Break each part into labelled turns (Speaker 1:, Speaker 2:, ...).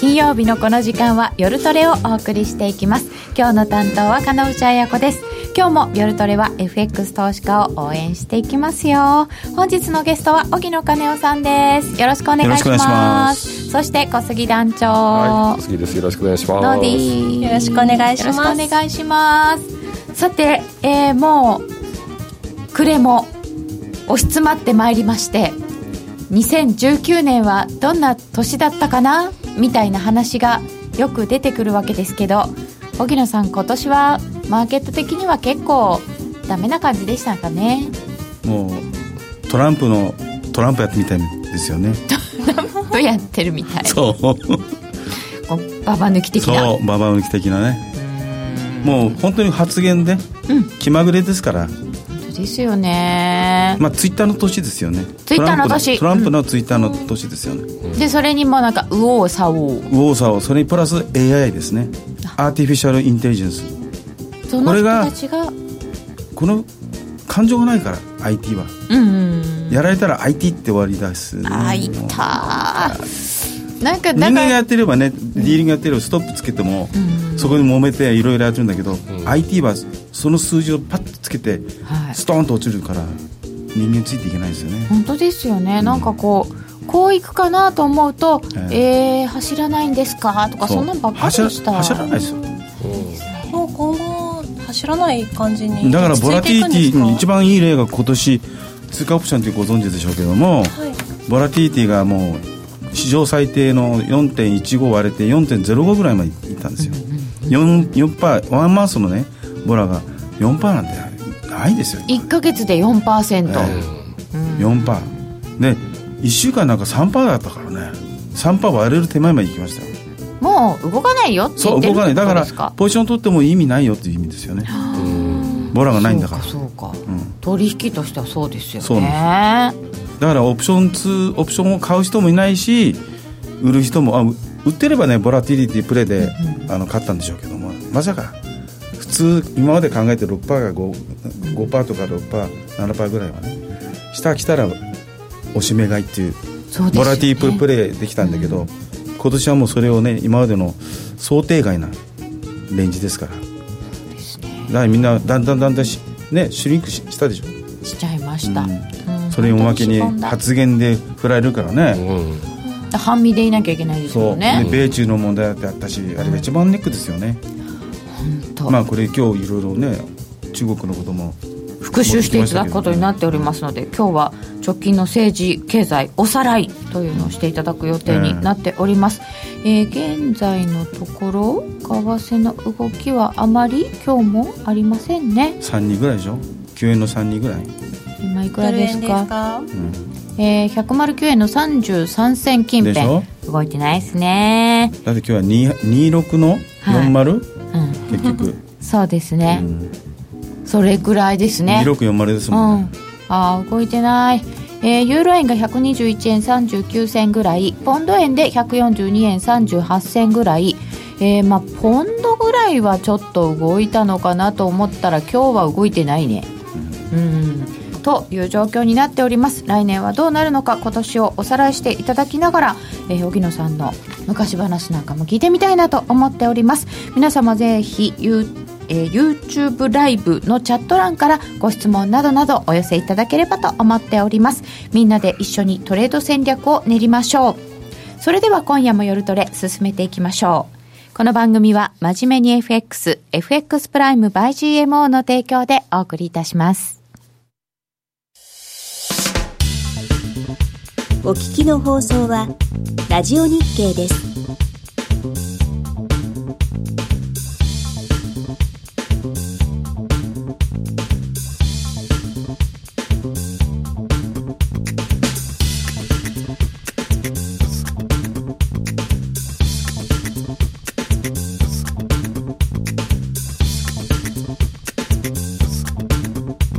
Speaker 1: 金曜日のこの時間は夜トレをお送りしていきます今日の担当は金内彩子です今日も夜トレは FX 投資家を応援していきますよ本日のゲストは荻野金夫さんですよろしくお願いし
Speaker 2: よろしくお願いし
Speaker 1: ま
Speaker 2: ます
Speaker 1: そして小杉団長、
Speaker 3: はい、次です。よろしくお願いします。
Speaker 1: ノーディー
Speaker 4: よろしくお願いします
Speaker 1: よろしくお願いしますさて、えーもう暮れも押し詰まってまいりまして2019年はどんな年だったかなみたいな話がよく出てくるわけですけど荻野さん今年はマーケット的には結構ダメな感じでしたかね
Speaker 2: もうトランプのトランプやってみたいです よね
Speaker 1: とやってるみたい
Speaker 2: そう
Speaker 1: こうババ抜き的な
Speaker 2: そうババ抜き的なねもう本当に発言で気まぐれですから、
Speaker 1: ですよね
Speaker 2: まあ、ツイッターの年ですよね
Speaker 1: ツイッターの年
Speaker 2: トランプのトランプのツイッターの年ですよね、
Speaker 1: でそれにもなんか右往左往
Speaker 2: 右往左往それにプラス AI ですねアーティフィシャルインテリジェンス
Speaker 1: その人たちが
Speaker 2: この感情がないから IT は
Speaker 1: うんうんうん
Speaker 2: やられたら IT って終わりだし、ね、
Speaker 1: あい
Speaker 2: もう
Speaker 1: たなんか
Speaker 2: 人
Speaker 1: だ
Speaker 2: 間が
Speaker 1: か
Speaker 2: や
Speaker 1: ら
Speaker 2: ってればねディーリングやってればストップつけても、そこで揉めていろいろやってるんだけど、IT はその数字をパッとつけて、
Speaker 1: はい
Speaker 2: ストーンと落ちるから人間ついていけないですよね、
Speaker 1: 本当ですよねなんかこうこういくかなと思うと「
Speaker 2: え
Speaker 1: えー、走らないんですか?」とかそんなんばっかりでし
Speaker 2: 走ら
Speaker 1: た
Speaker 2: 走らないですよ
Speaker 4: もう今後走らない感じに
Speaker 2: だからボラティリティ一
Speaker 4: 番
Speaker 2: 番いい例が今年通貨オプションってご存知でしょうけども、
Speaker 4: はい
Speaker 2: ボラティリティがもう史上最低の4.15割れて4.05ぐらいまでいったんですよ、4 4パーワンマンスのねボラが4パーなんてないですよ
Speaker 1: 1か月で4%、
Speaker 2: え4パーで1週間なんか3パーだったからね3パー割れる手前まで行きましたよ
Speaker 1: もう動かないよって
Speaker 2: そ
Speaker 1: 言
Speaker 2: う
Speaker 1: ってる
Speaker 2: 動かないだか
Speaker 1: で
Speaker 2: ら
Speaker 1: すか
Speaker 2: ポジション取っても意味ないよっていう意味ですよねボラがないんだから
Speaker 1: そうかそうか、
Speaker 2: ん
Speaker 1: 取引としてはそうですよ
Speaker 2: そう
Speaker 1: ね
Speaker 2: だからオプション2オプションを買う人もいないし売る人もあう売ってればねボラティリティプレイで、あの買ったんでしょうけどもまさか普通今まで考えて6%が 5%, 5とか6%7% ぐらいはね下来たらおしめ買いっていう
Speaker 1: そうですよね
Speaker 2: ボラティリティプレイできたんだけど、今年はもうそれをね今までの想定外なレンジですからだからみんなだんだんだんだんし、ね、シュリンクししたでしょ
Speaker 1: しちゃいました、うん
Speaker 2: それにおまけに
Speaker 1: 本当しぼんだ
Speaker 2: 発言で振られるからね、
Speaker 3: うん。
Speaker 1: 半身でいなきゃいけないです
Speaker 2: そ
Speaker 1: よ
Speaker 2: う、
Speaker 1: ね
Speaker 2: で米中の問題だってあったし、あれが一番ネックですよね、
Speaker 1: と
Speaker 2: まあこれ今日いろいろね中国のことも
Speaker 1: 復習していただくことになっておりますので今日は直近の政治経済おさらいというのをしていただく予定になっております、えー現在のところ為替の動きはあまり今日もありませんね
Speaker 2: 3人ぐらいでしょ9円の3人ぐらい、
Speaker 1: 今いく
Speaker 4: ド
Speaker 1: ら
Speaker 4: ル
Speaker 1: で
Speaker 4: 円
Speaker 1: す
Speaker 4: です
Speaker 1: か
Speaker 4: か
Speaker 2: うん
Speaker 1: えー、109円の33銭近
Speaker 2: でし
Speaker 1: 辺
Speaker 2: ょ
Speaker 1: 動いてないですね
Speaker 2: だって今日は2 26の40、
Speaker 1: うん
Speaker 2: 結局、
Speaker 1: そうですね
Speaker 2: う、ん
Speaker 1: それぐらいです ね
Speaker 2: 2640ですもんね、
Speaker 1: うん、あー動いてない、えーユーロ円が121円39銭ぐらいポンド円で142円38銭ぐらいえーまあ、ポンドぐらいはちょっと動いたのかなと思ったら今日は動いてないね。うんという状況になっております来年はどうなるのか今年をおさらいしていただきながら、えー、荻野さんの昔話なんかも聞いてみたいなと思っております皆様ぜひ You、えー YouTube ライブのチャット欄からご質問などなどお寄せいただければと思っておりますみんなで一緒にトレード戦略を練りましょうそれでは今夜も夜トレ進めていきましょう。この番組は真面目に FX、FX プライム by GMO の提供でお送りいたします。
Speaker 5: お聞きの放送はラジオ日経です。
Speaker 2: う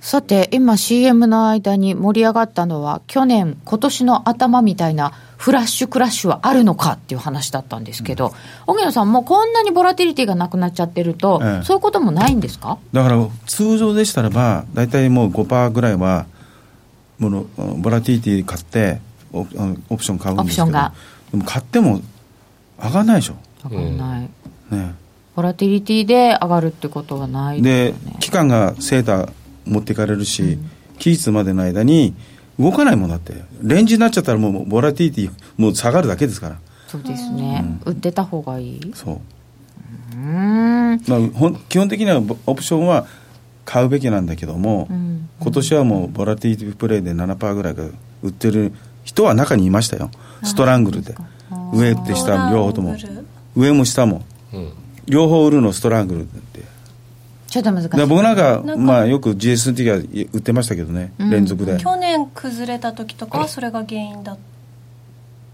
Speaker 1: さて、今 CM の間に盛り上がったのは、去年、今年の頭みたいなフラッシュクラッシュはあるのかっていう話だったんですけど、荻、野さん、もうこんなにボラティリティがなくなっちゃってると、
Speaker 2: ええ
Speaker 1: そういうこともないんですか
Speaker 2: だから通常でしたらば、大体もう5%ぐらいは、ものあのボラティリティ買って、オプあのオプション買うんですけど、
Speaker 1: オプションが
Speaker 2: でも買っても上がらないでしょ、
Speaker 1: わかんない、
Speaker 2: ね、
Speaker 1: ボラティリティで上がるってことはない
Speaker 2: で
Speaker 1: ですよね。
Speaker 2: 期間がセーター持っていかれるし、期日までの間に動かないもんだって、レンジになっちゃったら、もうボラティリティ、もう下がるだけですから、
Speaker 1: そうですね、売ってた方がいい
Speaker 2: そう
Speaker 1: うーん
Speaker 2: まあ、ほん基本的にはボオプションは買うべきなんだけども、
Speaker 1: ん
Speaker 2: 今年はもうボラティリティプレイで7%ぐらいが売ってる人は中にいましたよストラングルで上って下も両方とも
Speaker 4: ストラン
Speaker 2: 上も下も
Speaker 3: うん
Speaker 2: 両方売るのストラングルって
Speaker 1: ちょっと難しい
Speaker 2: だから僕なんか
Speaker 4: なんか
Speaker 2: まあ、よく GS の時は売ってましたけどね、
Speaker 1: うん
Speaker 2: 連続で
Speaker 4: 去年崩れた時とかはそれが原因だっ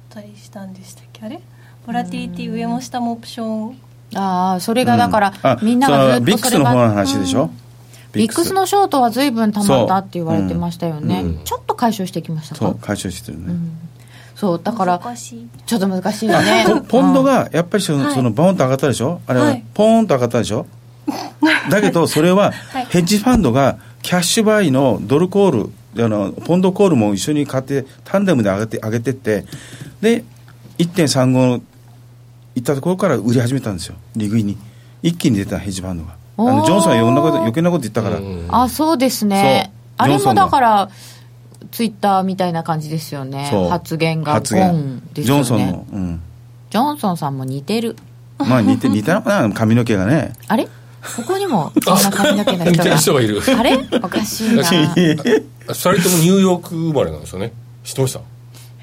Speaker 4: たりしたんでしたっけあれボラティリティ上も下もオプション
Speaker 1: ああそれがだから、
Speaker 2: あ
Speaker 1: みんながずっ
Speaker 2: ビ
Speaker 1: と
Speaker 2: ッ
Speaker 1: そ
Speaker 2: クス
Speaker 1: れ
Speaker 2: の方の
Speaker 1: が
Speaker 2: 話でしょ、
Speaker 1: ビックスのショートは随分溜まったって言われてましたよね、
Speaker 3: そううん
Speaker 1: ちょっと解消してきましたか
Speaker 2: そう解消してるね、
Speaker 1: そうだから
Speaker 4: 難しい
Speaker 1: ちょっと難しいよね
Speaker 2: ポポンド
Speaker 1: うん
Speaker 2: がやっぱりその,、
Speaker 4: はい
Speaker 2: そのボーンと上がったでしょあれ
Speaker 4: は
Speaker 2: はいポーンと上がったでしょ、だけどそれは
Speaker 4: はい
Speaker 2: ヘッジファンドがキャッシュバイのドルコールあのポンドコールも一緒に買ってタンデムで上げて上げてってで1.35いったところから売り始めたんですよ利食いに一気に出たヘッジファンドがあ
Speaker 1: お
Speaker 2: の
Speaker 1: ー
Speaker 2: ジョンソンは余計なこと余計なこと言ったから、
Speaker 3: うん
Speaker 1: あそうですね
Speaker 2: そう
Speaker 1: あれ
Speaker 2: ジョンソ
Speaker 1: も
Speaker 2: ンが
Speaker 1: だからツイッターみたいな感じですよね
Speaker 2: そう
Speaker 1: 発言が
Speaker 2: 発
Speaker 1: ゴン
Speaker 2: 言
Speaker 1: です
Speaker 2: ジョ
Speaker 1: よね
Speaker 2: ンソンの、うん、
Speaker 1: ジョンソンさんも似てる
Speaker 2: まあ 似て似たのかな髪の毛がね
Speaker 1: あれここに もこんな髪の毛の
Speaker 3: 似てる
Speaker 1: 人
Speaker 3: 人
Speaker 1: が
Speaker 3: がいる
Speaker 1: あれおかしいな
Speaker 3: 二人ともニューヨーク生まれなんですよね知ってました
Speaker 4: へ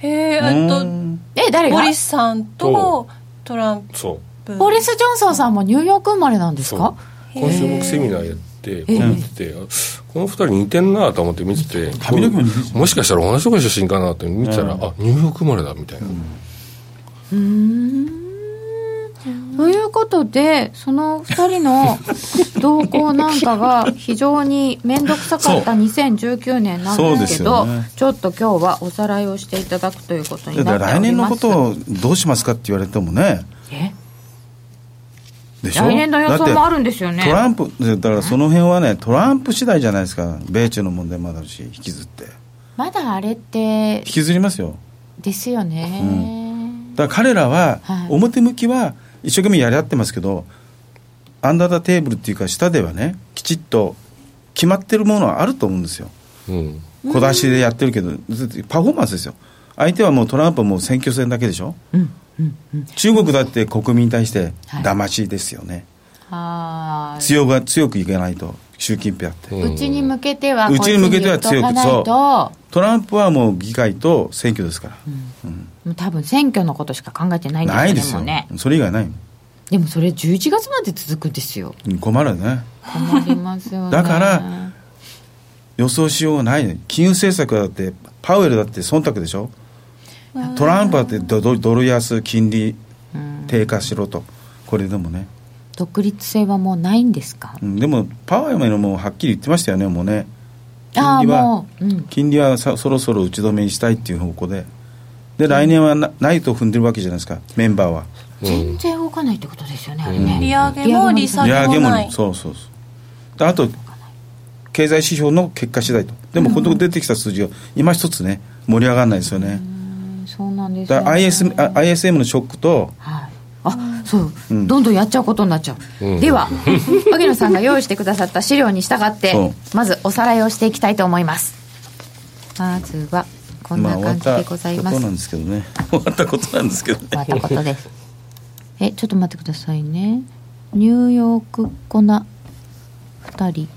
Speaker 4: ええっ
Speaker 2: う
Speaker 4: と
Speaker 2: ん
Speaker 1: え誰が
Speaker 4: ボリスさんとトラン
Speaker 3: そう
Speaker 4: プ
Speaker 1: ボリス・ジョンソンさんもニューヨーク生まれなんです
Speaker 3: そう
Speaker 1: か
Speaker 3: 今週僕セミナーやってこ
Speaker 1: え
Speaker 3: れ見ててあこの二人似てんなと思って見てて
Speaker 2: 髪の毛も似てる
Speaker 3: もしかしたら同じとこ出身かなって見てたら、
Speaker 2: うん
Speaker 3: あニューヨーク生まれだみたいな、
Speaker 1: うーんということでその2人 の動向なんかが非常に面倒くさかった2019年なん
Speaker 2: そう
Speaker 1: で
Speaker 2: ですす
Speaker 1: けど
Speaker 2: よね
Speaker 1: ちょっと今日はおさらいをしていただくということに
Speaker 2: だ
Speaker 1: な
Speaker 2: か
Speaker 1: っております
Speaker 2: ら来年のことをどうしますかって言われてもね
Speaker 1: え
Speaker 2: でしょ
Speaker 1: 来年の予想もあるんですよね
Speaker 2: だってトランプだからその辺はねトランプ次第じゃないですか米中の問題もあるし引きずって
Speaker 1: まだあれって
Speaker 2: 引きずりますよ
Speaker 1: ですよね、
Speaker 2: うだから彼らは
Speaker 1: はい
Speaker 2: 表向きは一生懸命やり合ってますけどアンダーザテーブルっていうか下ではねきちっと決まってるものはあると思うんですよ
Speaker 3: うん
Speaker 2: 小出しでやってるけどずっとパフォーマンスですよ相手はもうトランプはもう選挙戦だけでしょ
Speaker 1: うんうんうん
Speaker 2: 中国だって国民に対して
Speaker 1: はい
Speaker 2: 騙しですよね、
Speaker 1: はーい
Speaker 2: 強が強くいけないと習近平って、
Speaker 3: うん
Speaker 1: うちに向けては
Speaker 2: うちに向けては
Speaker 1: こいつ言っとか
Speaker 2: 強く
Speaker 1: ないと
Speaker 2: トランプはもう議会と選挙ですから、
Speaker 1: もう多分選挙のことしか考えてないんですよ
Speaker 2: ないです
Speaker 1: で
Speaker 2: よ、
Speaker 1: もね
Speaker 2: それ以外ない
Speaker 1: でもそれ11月まで続くんですよ
Speaker 2: うん困るね
Speaker 1: 困りますよね
Speaker 2: だから予想しようがないね金融政策だってパウエルだって忖度でしょトランプだってドドドル安金利
Speaker 1: うん
Speaker 2: 低下しろとこれでもね、
Speaker 1: 独立性はもうないんですか
Speaker 2: うんでもパウエルもはっきり言ってましたよねもうね
Speaker 1: ああ
Speaker 2: 金利は
Speaker 1: もう、うん、
Speaker 2: 金利はさそろそろ打ち止めにしたいっていう方向でで来年はなないと踏んでるわけじゃないですかメンバーは
Speaker 1: 全然動かないってことですよねあれ
Speaker 3: うん
Speaker 4: 利
Speaker 1: ね、
Speaker 4: 上げも利下
Speaker 2: 利
Speaker 4: げ
Speaker 2: 上げも
Speaker 4: もない
Speaker 2: そうそうそうであと経済指標の結果次第とでもこのとこ出てきた数字が今一つね盛り上がらないですよね
Speaker 1: うんそうなんですよ、ね、
Speaker 2: だから IS あ ISM のショックと
Speaker 1: はいあそう、
Speaker 2: うん
Speaker 1: どんどんやっちゃうことになっちゃう、
Speaker 3: う ん
Speaker 1: では荻野さんが用意してくださった資料に従って
Speaker 2: そ
Speaker 1: まずおさらいをしていきたいと思いますまずはこん
Speaker 2: ま
Speaker 1: な
Speaker 2: あ終わっ
Speaker 1: 感じ
Speaker 2: た
Speaker 1: で
Speaker 2: こ
Speaker 1: ご
Speaker 2: と
Speaker 1: ざいます、
Speaker 2: なんですけどね 終わったことなんですけど
Speaker 1: 終わ
Speaker 2: ね
Speaker 1: ったことですえちょっと待ってくださいねニューヨークっ子な2人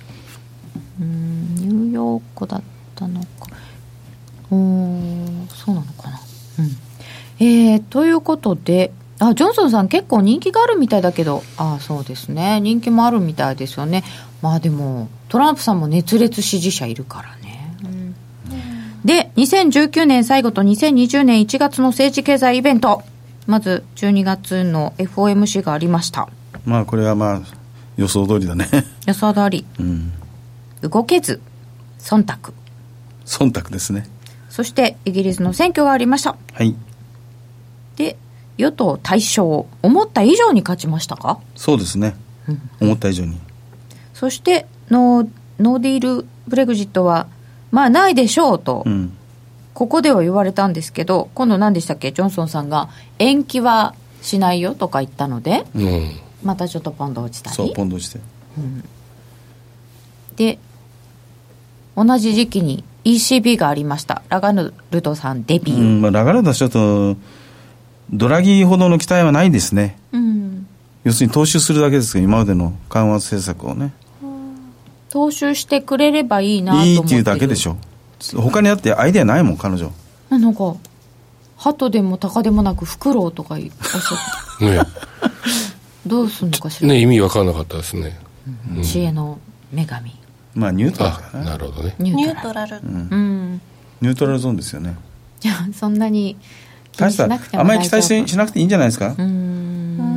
Speaker 1: うーんニューヨークっ子だったのかうーんそうなのかなうんえー、ということであジョンソンさん結構人気があるみたいだけどあそうですね人気もあるみたいですよねまあでもトランプさんも熱烈支持者いるからね、うんで、2019年最後と2020年1月の政治経済イベント。まず、12月の FOMC がありました。
Speaker 2: まあこれはまあ予想通りだね
Speaker 1: 予想通り、
Speaker 2: うん
Speaker 1: 動けず。忖度
Speaker 2: 忖度ですね
Speaker 1: そしてイギリスの選挙がありました
Speaker 2: はい
Speaker 1: で与党大賞思った以上に勝ちましたか
Speaker 2: そうですね、思った以上に
Speaker 1: そしてノーノーディールブレグジットはまあないでしょうと、
Speaker 2: うん
Speaker 1: ここでは言われたんですけど今度何でしたっけジョンソンさんが延期はしないよとか言ったので
Speaker 3: うん
Speaker 1: またちょっとポンド落ちた
Speaker 2: そう
Speaker 1: り
Speaker 2: ポンドして
Speaker 1: で同じ時期に ECB がありましたラガヌルトさんデビ
Speaker 2: う
Speaker 1: ュー、
Speaker 2: んまあラガルダ氏はちょっとドラギーほどの期待はないですね
Speaker 1: うん
Speaker 2: 要するに踏襲するだけですけど今までの緩和政策をね
Speaker 1: 踏襲してくれればいいなと思って
Speaker 2: い
Speaker 1: る
Speaker 2: いっていうだけでしょ他にあってアイデアないもん彼女
Speaker 1: あなんか鳩でも鷹でもなくフクロウと か言っておっしゃって
Speaker 3: ね
Speaker 1: どうすんのかしら、
Speaker 3: ね意味わかんなかったですね
Speaker 1: 知恵の女神
Speaker 2: まあニュートラル
Speaker 3: あ
Speaker 2: かな
Speaker 3: なるほどね
Speaker 1: ニュ
Speaker 4: ニ
Speaker 1: ー
Speaker 4: ュ
Speaker 1: ト
Speaker 4: ートラル、
Speaker 1: ラルうん
Speaker 2: ニュートラルゾーンですよね
Speaker 1: いやそんなに気
Speaker 2: 大
Speaker 1: に
Speaker 2: し
Speaker 1: したなくても
Speaker 2: あまり期
Speaker 1: 大
Speaker 2: 待
Speaker 1: 丈夫
Speaker 2: ししなくていいんじゃないですか、
Speaker 1: うーん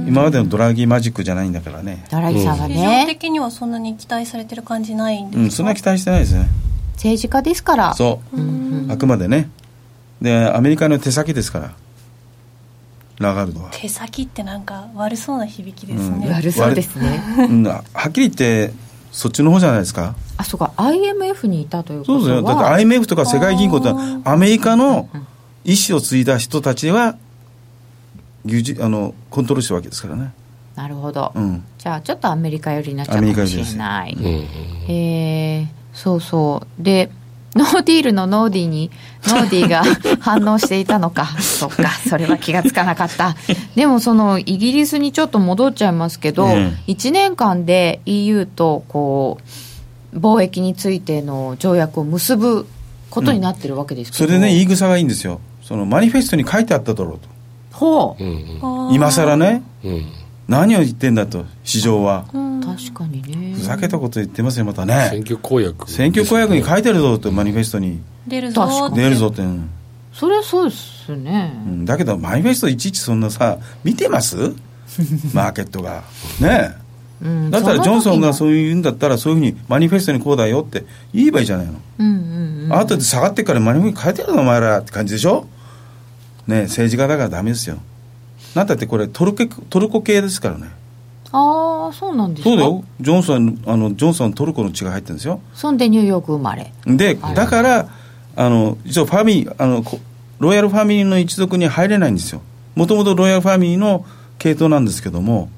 Speaker 2: 今までのドラギーマジックじゃないんだからね
Speaker 1: ドラギさんは
Speaker 4: 市場
Speaker 1: ね
Speaker 4: 的にはそんなに期待されてる感じないんです
Speaker 2: う
Speaker 4: か、
Speaker 2: んそんな期待してないですね
Speaker 1: 政治家ですから
Speaker 2: そう、あくまでねでアメリカの手先ですからラガルドは、
Speaker 4: 手先ってなんか悪そうな響きです
Speaker 2: うん
Speaker 4: ね、
Speaker 1: 悪そうですね
Speaker 2: うん、はっきり言ってそっちの方じゃないですか
Speaker 1: あそうか IMF にいたというこ
Speaker 2: そうですよ
Speaker 1: と
Speaker 2: だって
Speaker 1: は
Speaker 2: IMF とか世界銀行ってのはアメリカの意思を継いだ人たちは牛耳あのコントロールしてるわけですからね
Speaker 1: なるほど、
Speaker 2: うん
Speaker 1: じゃあちょっとアメリカ寄りになっちゃう
Speaker 2: ア
Speaker 1: か
Speaker 2: メリカ
Speaker 1: もし
Speaker 2: 寄りで
Speaker 1: れ
Speaker 2: す
Speaker 1: ない、
Speaker 3: うんうん
Speaker 1: えーそうそうでノーディールのノーディーにノーディ ーが反応していたのかそっかそれは気がつかなかったでもそのイギリスにちょっと戻っちゃいますけど、
Speaker 2: え
Speaker 1: 1年間で EU とこう貿易についての条約を結ぶことになってるわけですけ
Speaker 2: そ
Speaker 1: ど、
Speaker 2: れでね言い草がいいんですよそのマニフェストに書いてあっただろうと
Speaker 1: ほ
Speaker 3: う
Speaker 1: うん
Speaker 4: あー
Speaker 2: 今更ね
Speaker 3: うん
Speaker 2: 何を言ってんだと市場は
Speaker 4: うん
Speaker 1: 確かにね
Speaker 2: ふざけたこと言ってますよまた
Speaker 3: 選
Speaker 2: ね
Speaker 3: 挙公約
Speaker 2: 選挙公約に
Speaker 3: い
Speaker 2: 書いてるぞとマニフェストに
Speaker 4: 出るぞーって
Speaker 2: 出るぞって、うん
Speaker 1: それはそうですね、
Speaker 2: うんだけどマニフェストいちいちそんなさ見てます マーケットがねえ
Speaker 1: うん
Speaker 2: だったらジョンソンが
Speaker 1: そ
Speaker 2: そういうんだったらそういうふうにマニフェストにこうだよって言えばいいじゃないの、
Speaker 1: の時にうんうんうん
Speaker 2: 後で下がってからマニフェストに変えてやるのお前らって感じでしょねえ政治家だからダメですよなんだってこれトルケトルコ系ですからね
Speaker 1: ああそうなんですか
Speaker 2: そうだよジョンソンあのジョンソントルコの血が入ってるんですよ
Speaker 1: そんでニューヨーク生まれ
Speaker 2: で
Speaker 1: あら
Speaker 2: だからあの一応ファミリーあのこロイヤルファミリーの一族に入れないんですよもともとロイヤルファミリーの系統なんですけども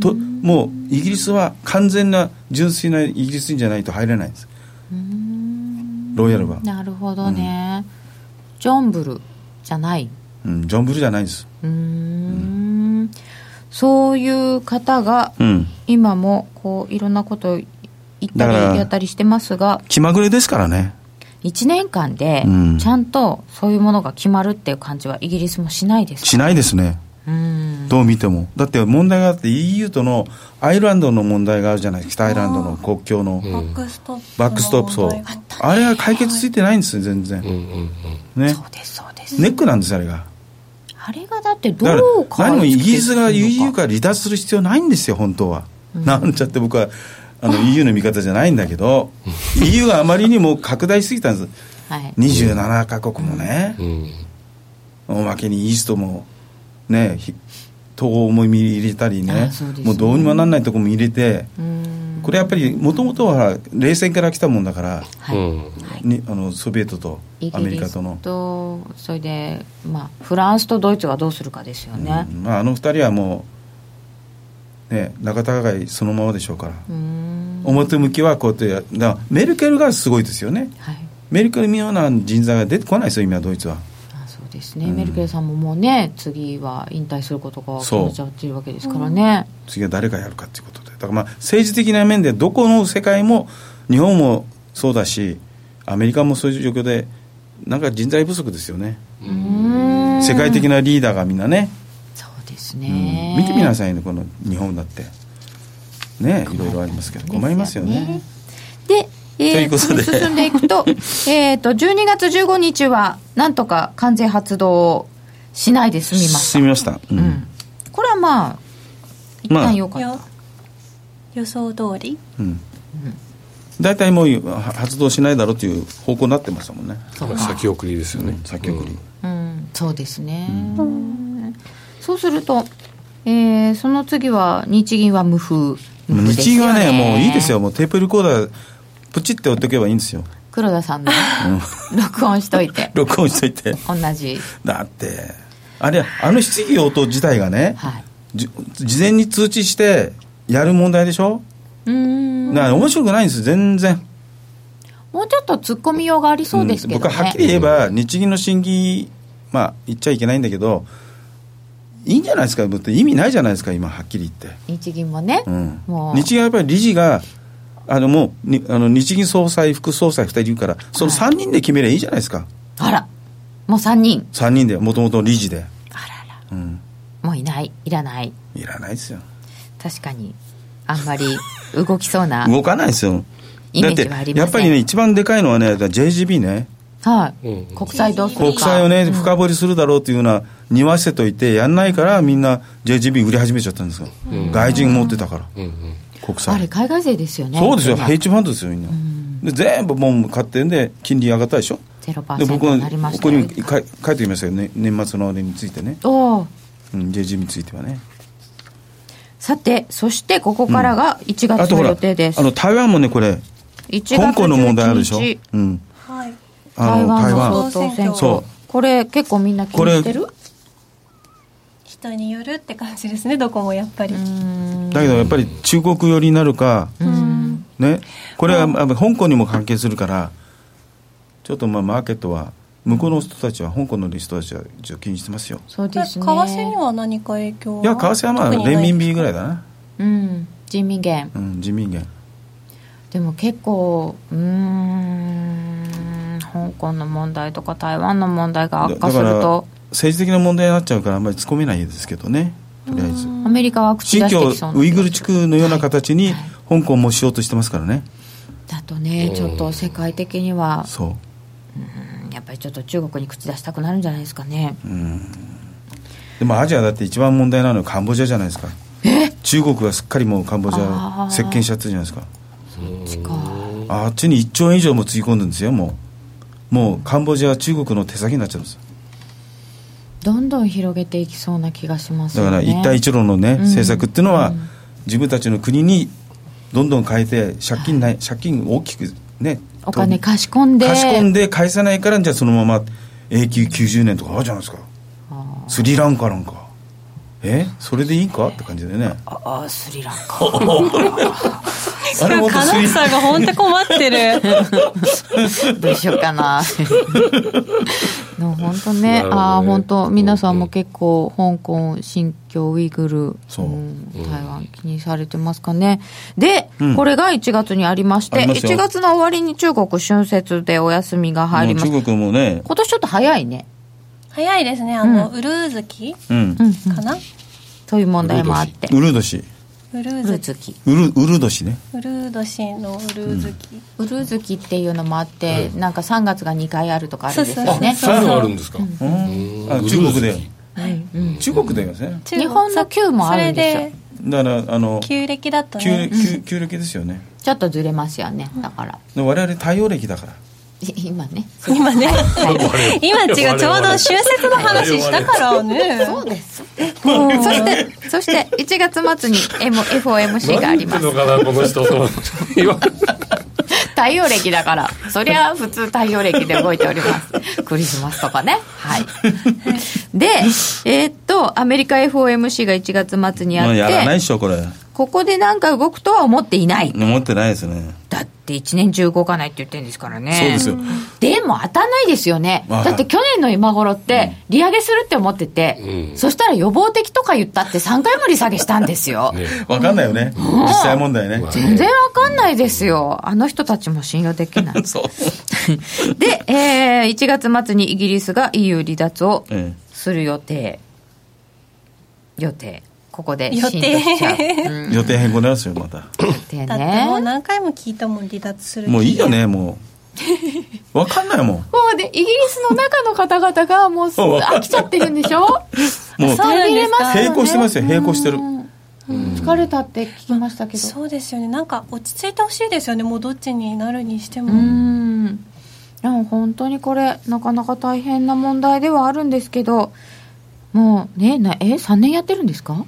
Speaker 2: ともうイギリスは完全な純粋なイギリス人じゃないと入れないんですロイヤルは、
Speaker 1: なるほどね、ジョンブルじゃない
Speaker 2: うん、ジョンブルじゃないんです
Speaker 1: うーんそういう方が
Speaker 2: うん
Speaker 1: 今もこういろんなことを言った
Speaker 2: だから
Speaker 1: りやったりしてますが
Speaker 2: 気まぐれですからね
Speaker 1: 1年間で
Speaker 2: うん
Speaker 1: ちゃんとそういうものが決まるっていう感じはイギリスもしないです
Speaker 2: しないですね
Speaker 1: うーん
Speaker 2: どう見てもだって問題があって EU とのアイルランドの問題があるじゃない北アイルランドの国境の
Speaker 4: バックストップ
Speaker 2: バックストップそうあれが解決ついてないんですよ全然
Speaker 3: うんうん
Speaker 2: ね
Speaker 1: そうですそうです、
Speaker 2: ネックなんですあれが
Speaker 1: あれがだってど
Speaker 2: だから
Speaker 1: う変わ
Speaker 2: 何
Speaker 1: る
Speaker 2: も
Speaker 1: の
Speaker 2: イギリスが EU
Speaker 1: か
Speaker 2: から離脱する必要ないんですよ本当は、なんちゃって僕はあの EU の味方じゃないんだけど EU があまりにも拡大しすぎたんです
Speaker 1: はい、
Speaker 2: 27カ国もね
Speaker 3: う、ん
Speaker 2: おまけにイーストもねひ東欧も入れたりね
Speaker 1: あそうですね
Speaker 2: もうどうにもなんないとこも入れて
Speaker 1: うーん
Speaker 2: これやっぱりもともとは冷戦から来たもんだから、
Speaker 1: はい、
Speaker 3: うん
Speaker 2: にあのソビエトと
Speaker 1: イ
Speaker 2: ア
Speaker 1: ギ
Speaker 2: メリ
Speaker 1: リ
Speaker 2: カ
Speaker 1: ス
Speaker 2: との
Speaker 1: とそれで、まあ、フランスとドイツがどうするかですよね
Speaker 2: うんまあ、あの二人はもう、ね、仲違いそのままでしょうから、
Speaker 1: うーん
Speaker 2: 表向きはこうやってやだからメルケルがすごいですよね
Speaker 1: はい
Speaker 2: メルケルのような人材が出てこないですよ今ドイツは
Speaker 1: あそうですね、メルケルさんももうね次は引退することが決
Speaker 2: そう
Speaker 1: まっちゃっているわけですからね
Speaker 2: 次は誰がやるかっていうことでだからまあ政治的な面でどこの世界も日本もそうだしアメリカもそういう状況でなんか人材不足ですよね世界的なリーダーがみんなね、
Speaker 1: そうです
Speaker 2: うん
Speaker 1: ね、
Speaker 2: 見てみな
Speaker 1: さ
Speaker 2: さいねこの日本だってねいろいろありますけど困りますよね
Speaker 1: いで、
Speaker 2: と
Speaker 1: え
Speaker 2: いう
Speaker 1: ー、
Speaker 2: ことで
Speaker 1: 進んでいく とえーと12月15日はなんとか関税発動しないで済みまし
Speaker 2: 進みました、う
Speaker 1: た、うん、これはまあ一
Speaker 2: まあ
Speaker 1: 旦よかっ
Speaker 4: い
Speaker 1: た、
Speaker 4: や予想通り
Speaker 2: うん大体もうは発動しないだろうという方向になってましたもんね
Speaker 3: まあ先送りですよね、
Speaker 2: 先送り、
Speaker 1: うん、そうですね、そうすると、えーその次は日銀は無風
Speaker 2: もう
Speaker 1: 無風です
Speaker 2: 日
Speaker 1: よ
Speaker 2: 銀はねもういいですよもうテープレコーダープチって置いとけばいいんですよ
Speaker 1: 黒田さんの録音しといて
Speaker 2: 録音しといて
Speaker 1: 同じ
Speaker 2: だってあれあの質疑応答自体がね、
Speaker 1: はい
Speaker 2: じ事前に通知してやる問題でしょ
Speaker 1: うーん
Speaker 2: だから面白くないんです全然
Speaker 1: もうちょっと突っ込みようがありそうですけどね、
Speaker 2: 僕ははっきり言えば日銀の審議まあ言っちゃいけないんだけどいいんじゃないですかだって意味ないじゃないですか今はっきり言って、
Speaker 1: 日銀もね、
Speaker 2: うん
Speaker 1: もう
Speaker 2: 日銀はやっぱり理事があのもうにあの日銀総裁副総裁2人いるからその3人で決めればいいじゃないですか、
Speaker 1: あらもう3人
Speaker 2: 3人でもともと理事で、
Speaker 1: あらら
Speaker 2: うん、
Speaker 1: もういないいらない
Speaker 2: いらないですよ
Speaker 1: 確かにあんまり動きそうな
Speaker 2: 動かないですよ
Speaker 1: イメージはありません
Speaker 2: だってやっぱりね一番でかいのはねだから JGB ね
Speaker 1: はい、
Speaker 3: うん
Speaker 1: 国債どうするか
Speaker 2: 国債をね、深掘りするだろうというようなにわせといてやんないからみんな JGB 売り始めちゃったんですよ、外人持ってたから、
Speaker 3: うんうん、
Speaker 2: 国
Speaker 1: あれ
Speaker 2: 債
Speaker 1: 海外勢ですよね
Speaker 2: そうですよ
Speaker 1: 今
Speaker 2: ヘッジファンドですよみんな、で全部もう買ってんで金利上がったでしょで
Speaker 1: 0%
Speaker 2: 僕は
Speaker 1: になりまし
Speaker 2: こ
Speaker 1: た
Speaker 2: こ
Speaker 1: よ
Speaker 2: にもか書いてきましたよね年末のあれについてね、
Speaker 1: おー
Speaker 2: うん、JGB についてはね
Speaker 1: さてそしてここからが1
Speaker 2: あ
Speaker 1: 月
Speaker 2: と
Speaker 1: の
Speaker 2: ほら
Speaker 1: 予定です、
Speaker 2: あの台湾もねこれ
Speaker 1: 1月
Speaker 2: 香港の問題あるでしょ、
Speaker 1: 11日
Speaker 2: うん、
Speaker 4: はい
Speaker 2: あ
Speaker 1: 台
Speaker 2: の
Speaker 1: 湾
Speaker 2: 台
Speaker 1: の
Speaker 2: 湾
Speaker 1: 総統選挙
Speaker 2: そう
Speaker 1: これ結構みんな気にしてる
Speaker 4: 人によるって感じですねどこもやっぱり
Speaker 2: だけどやっぱり中国寄りになるか、
Speaker 4: うん
Speaker 2: ね、これはあの香港にも関係するから、ちょっとまあマーケットは、向こうの人たちは、香港の人たちは一応気にしてますよ。
Speaker 1: そう
Speaker 4: 為
Speaker 1: ですね
Speaker 4: 替には何か影響はい
Speaker 2: や、為替はまあ、
Speaker 4: 特にない
Speaker 2: 人民幣ぐらいだな、
Speaker 1: うん人民元
Speaker 2: うん、人民元。
Speaker 1: でも結構うーん香港の問題とか台湾の問題が
Speaker 2: だ
Speaker 1: 悪
Speaker 2: だか
Speaker 1: 化する
Speaker 2: ら、
Speaker 1: と
Speaker 2: 政治的な問題になっちゃうから、あんまり突っ込めないですけどね、とりあえず。
Speaker 1: アメリカは口
Speaker 2: 新
Speaker 1: 出して
Speaker 2: 疆
Speaker 1: きそうな
Speaker 2: ウイグル地区のような形
Speaker 1: は
Speaker 2: に
Speaker 1: い、
Speaker 2: 香港もしようとしてますからね、
Speaker 1: だとねちょっと世界的には
Speaker 2: そ
Speaker 1: うんやっぱりちょっと中国に口出したくなるんじゃないですかね
Speaker 2: う。うんでもアジアだって一番問題なのはカンボジアじゃないですか。中国がすっかりもうカンボジア
Speaker 1: あー
Speaker 2: 席巻しちゃったじゃないですか。
Speaker 1: しか
Speaker 2: あっちに1兆円以上もつぎ込んでるんですよもうもうカンボジアは中国の手先になっちゃうんです
Speaker 1: どんどん広げていきそうな気がします
Speaker 2: だ
Speaker 1: よ
Speaker 2: か
Speaker 1: ね
Speaker 2: ら一帯一路のね、
Speaker 1: ん
Speaker 2: 政策っていうのは、自分たちの国にどんどん変えて借金ない借金を大きくね
Speaker 1: お金
Speaker 2: 貸
Speaker 1: 貸し込んで
Speaker 2: し込んで返さないからじゃあそのまま永久90年とかあるじゃないですか
Speaker 1: あ
Speaker 2: スリランカなんかえそれでいいかって感じでね
Speaker 1: あああスリランカ
Speaker 2: あれも
Speaker 4: カナクさんが本当困っ てる
Speaker 1: どうしようかなでも本当ね
Speaker 3: なるほどね
Speaker 1: ああ本当皆さんも結構香港新疆ウイグル
Speaker 2: そうん
Speaker 1: 台湾気にされてますかねで、
Speaker 2: うん
Speaker 1: これが1月にありまし
Speaker 2: あ
Speaker 1: て
Speaker 2: りますよ
Speaker 1: 1月の終わりに中国春節でお休みが入りま
Speaker 2: も
Speaker 1: す
Speaker 2: う中国もね
Speaker 1: 今年ちょっと早いね
Speaker 4: 早いですねあの、ウルーズキ
Speaker 2: うん
Speaker 1: うん
Speaker 4: かな、
Speaker 1: という問題もあって
Speaker 2: ウルード氏
Speaker 1: ウ
Speaker 4: ウル
Speaker 1: ル
Speaker 4: ーズ
Speaker 1: ズキ
Speaker 2: ウルウルード氏ね
Speaker 4: ウルード氏のウルーズキ、
Speaker 1: ウルズキっていうのもあって、なんか3月が2回あるとかあるんです
Speaker 4: そう
Speaker 1: よ
Speaker 4: そう
Speaker 1: ね
Speaker 4: そう
Speaker 3: そういうの あるんですか、
Speaker 2: うんあ中国で中国でですね
Speaker 4: 中国
Speaker 1: 日本の旧もあるんですよ
Speaker 4: それ
Speaker 2: だ
Speaker 4: で
Speaker 2: からあの
Speaker 4: 旧暦だと
Speaker 2: 旧
Speaker 4: ね
Speaker 2: 暦旧旧暦ですよね
Speaker 1: ちょっとずれますよねだから
Speaker 2: で我々太陽暦だから
Speaker 1: い今ね
Speaker 4: 今 ね今違うちょうど
Speaker 3: 我々
Speaker 4: 春節の話したからね
Speaker 1: そうですそしてそして1月末に M FOMC があります
Speaker 3: 何言ってんのかなこの人と思って今
Speaker 1: 太陽暦だからそりゃ普通太陽暦で動いております クリスマスとかねはいでえーっとアメリカ FOMC が1月末にあ
Speaker 2: もう
Speaker 1: っ
Speaker 2: やらない
Speaker 1: て
Speaker 2: でしょこれ
Speaker 1: ここでなんか動くとは思っていない
Speaker 2: 思ってないですね
Speaker 1: だって一年中動かないって言ってるんですからね
Speaker 2: そうですよ
Speaker 1: でも当たんないですよね
Speaker 2: まあ
Speaker 1: だって去年の今頃って利上げするって思ってて、
Speaker 3: うん
Speaker 1: そしたら予防的とか言ったって3回も利下げしたんですよ、
Speaker 3: ね
Speaker 2: 分かんないよね実際問題ね
Speaker 3: まあ
Speaker 1: 全然わかんないですよあの人たちも信用できないで、えー1月末にイギリスが EU 離脱を
Speaker 2: え
Speaker 1: する予定予定ここで
Speaker 4: 予定
Speaker 1: 浸透しちゃううん
Speaker 2: え予定変更になるんですよまた
Speaker 1: 予定
Speaker 4: だってもう
Speaker 1: ね
Speaker 4: 何回も聞いたもん離脱する
Speaker 2: もういいよねもう分かんないもん
Speaker 1: もうねイギリスの中の方々がもうす
Speaker 2: わかんない
Speaker 1: 飽きちゃってるんでしょ
Speaker 2: もう
Speaker 4: そうなんですか
Speaker 2: 並行してますよ並行してる
Speaker 1: うんかれたって聞きましたけど、
Speaker 4: そうですよねなんか落ち着いてほしいですよねもうどっちになるにしても、
Speaker 1: うんでも本当にこれなかなか大変な問題ではあるんですけどもうねなえ3年やってるんですか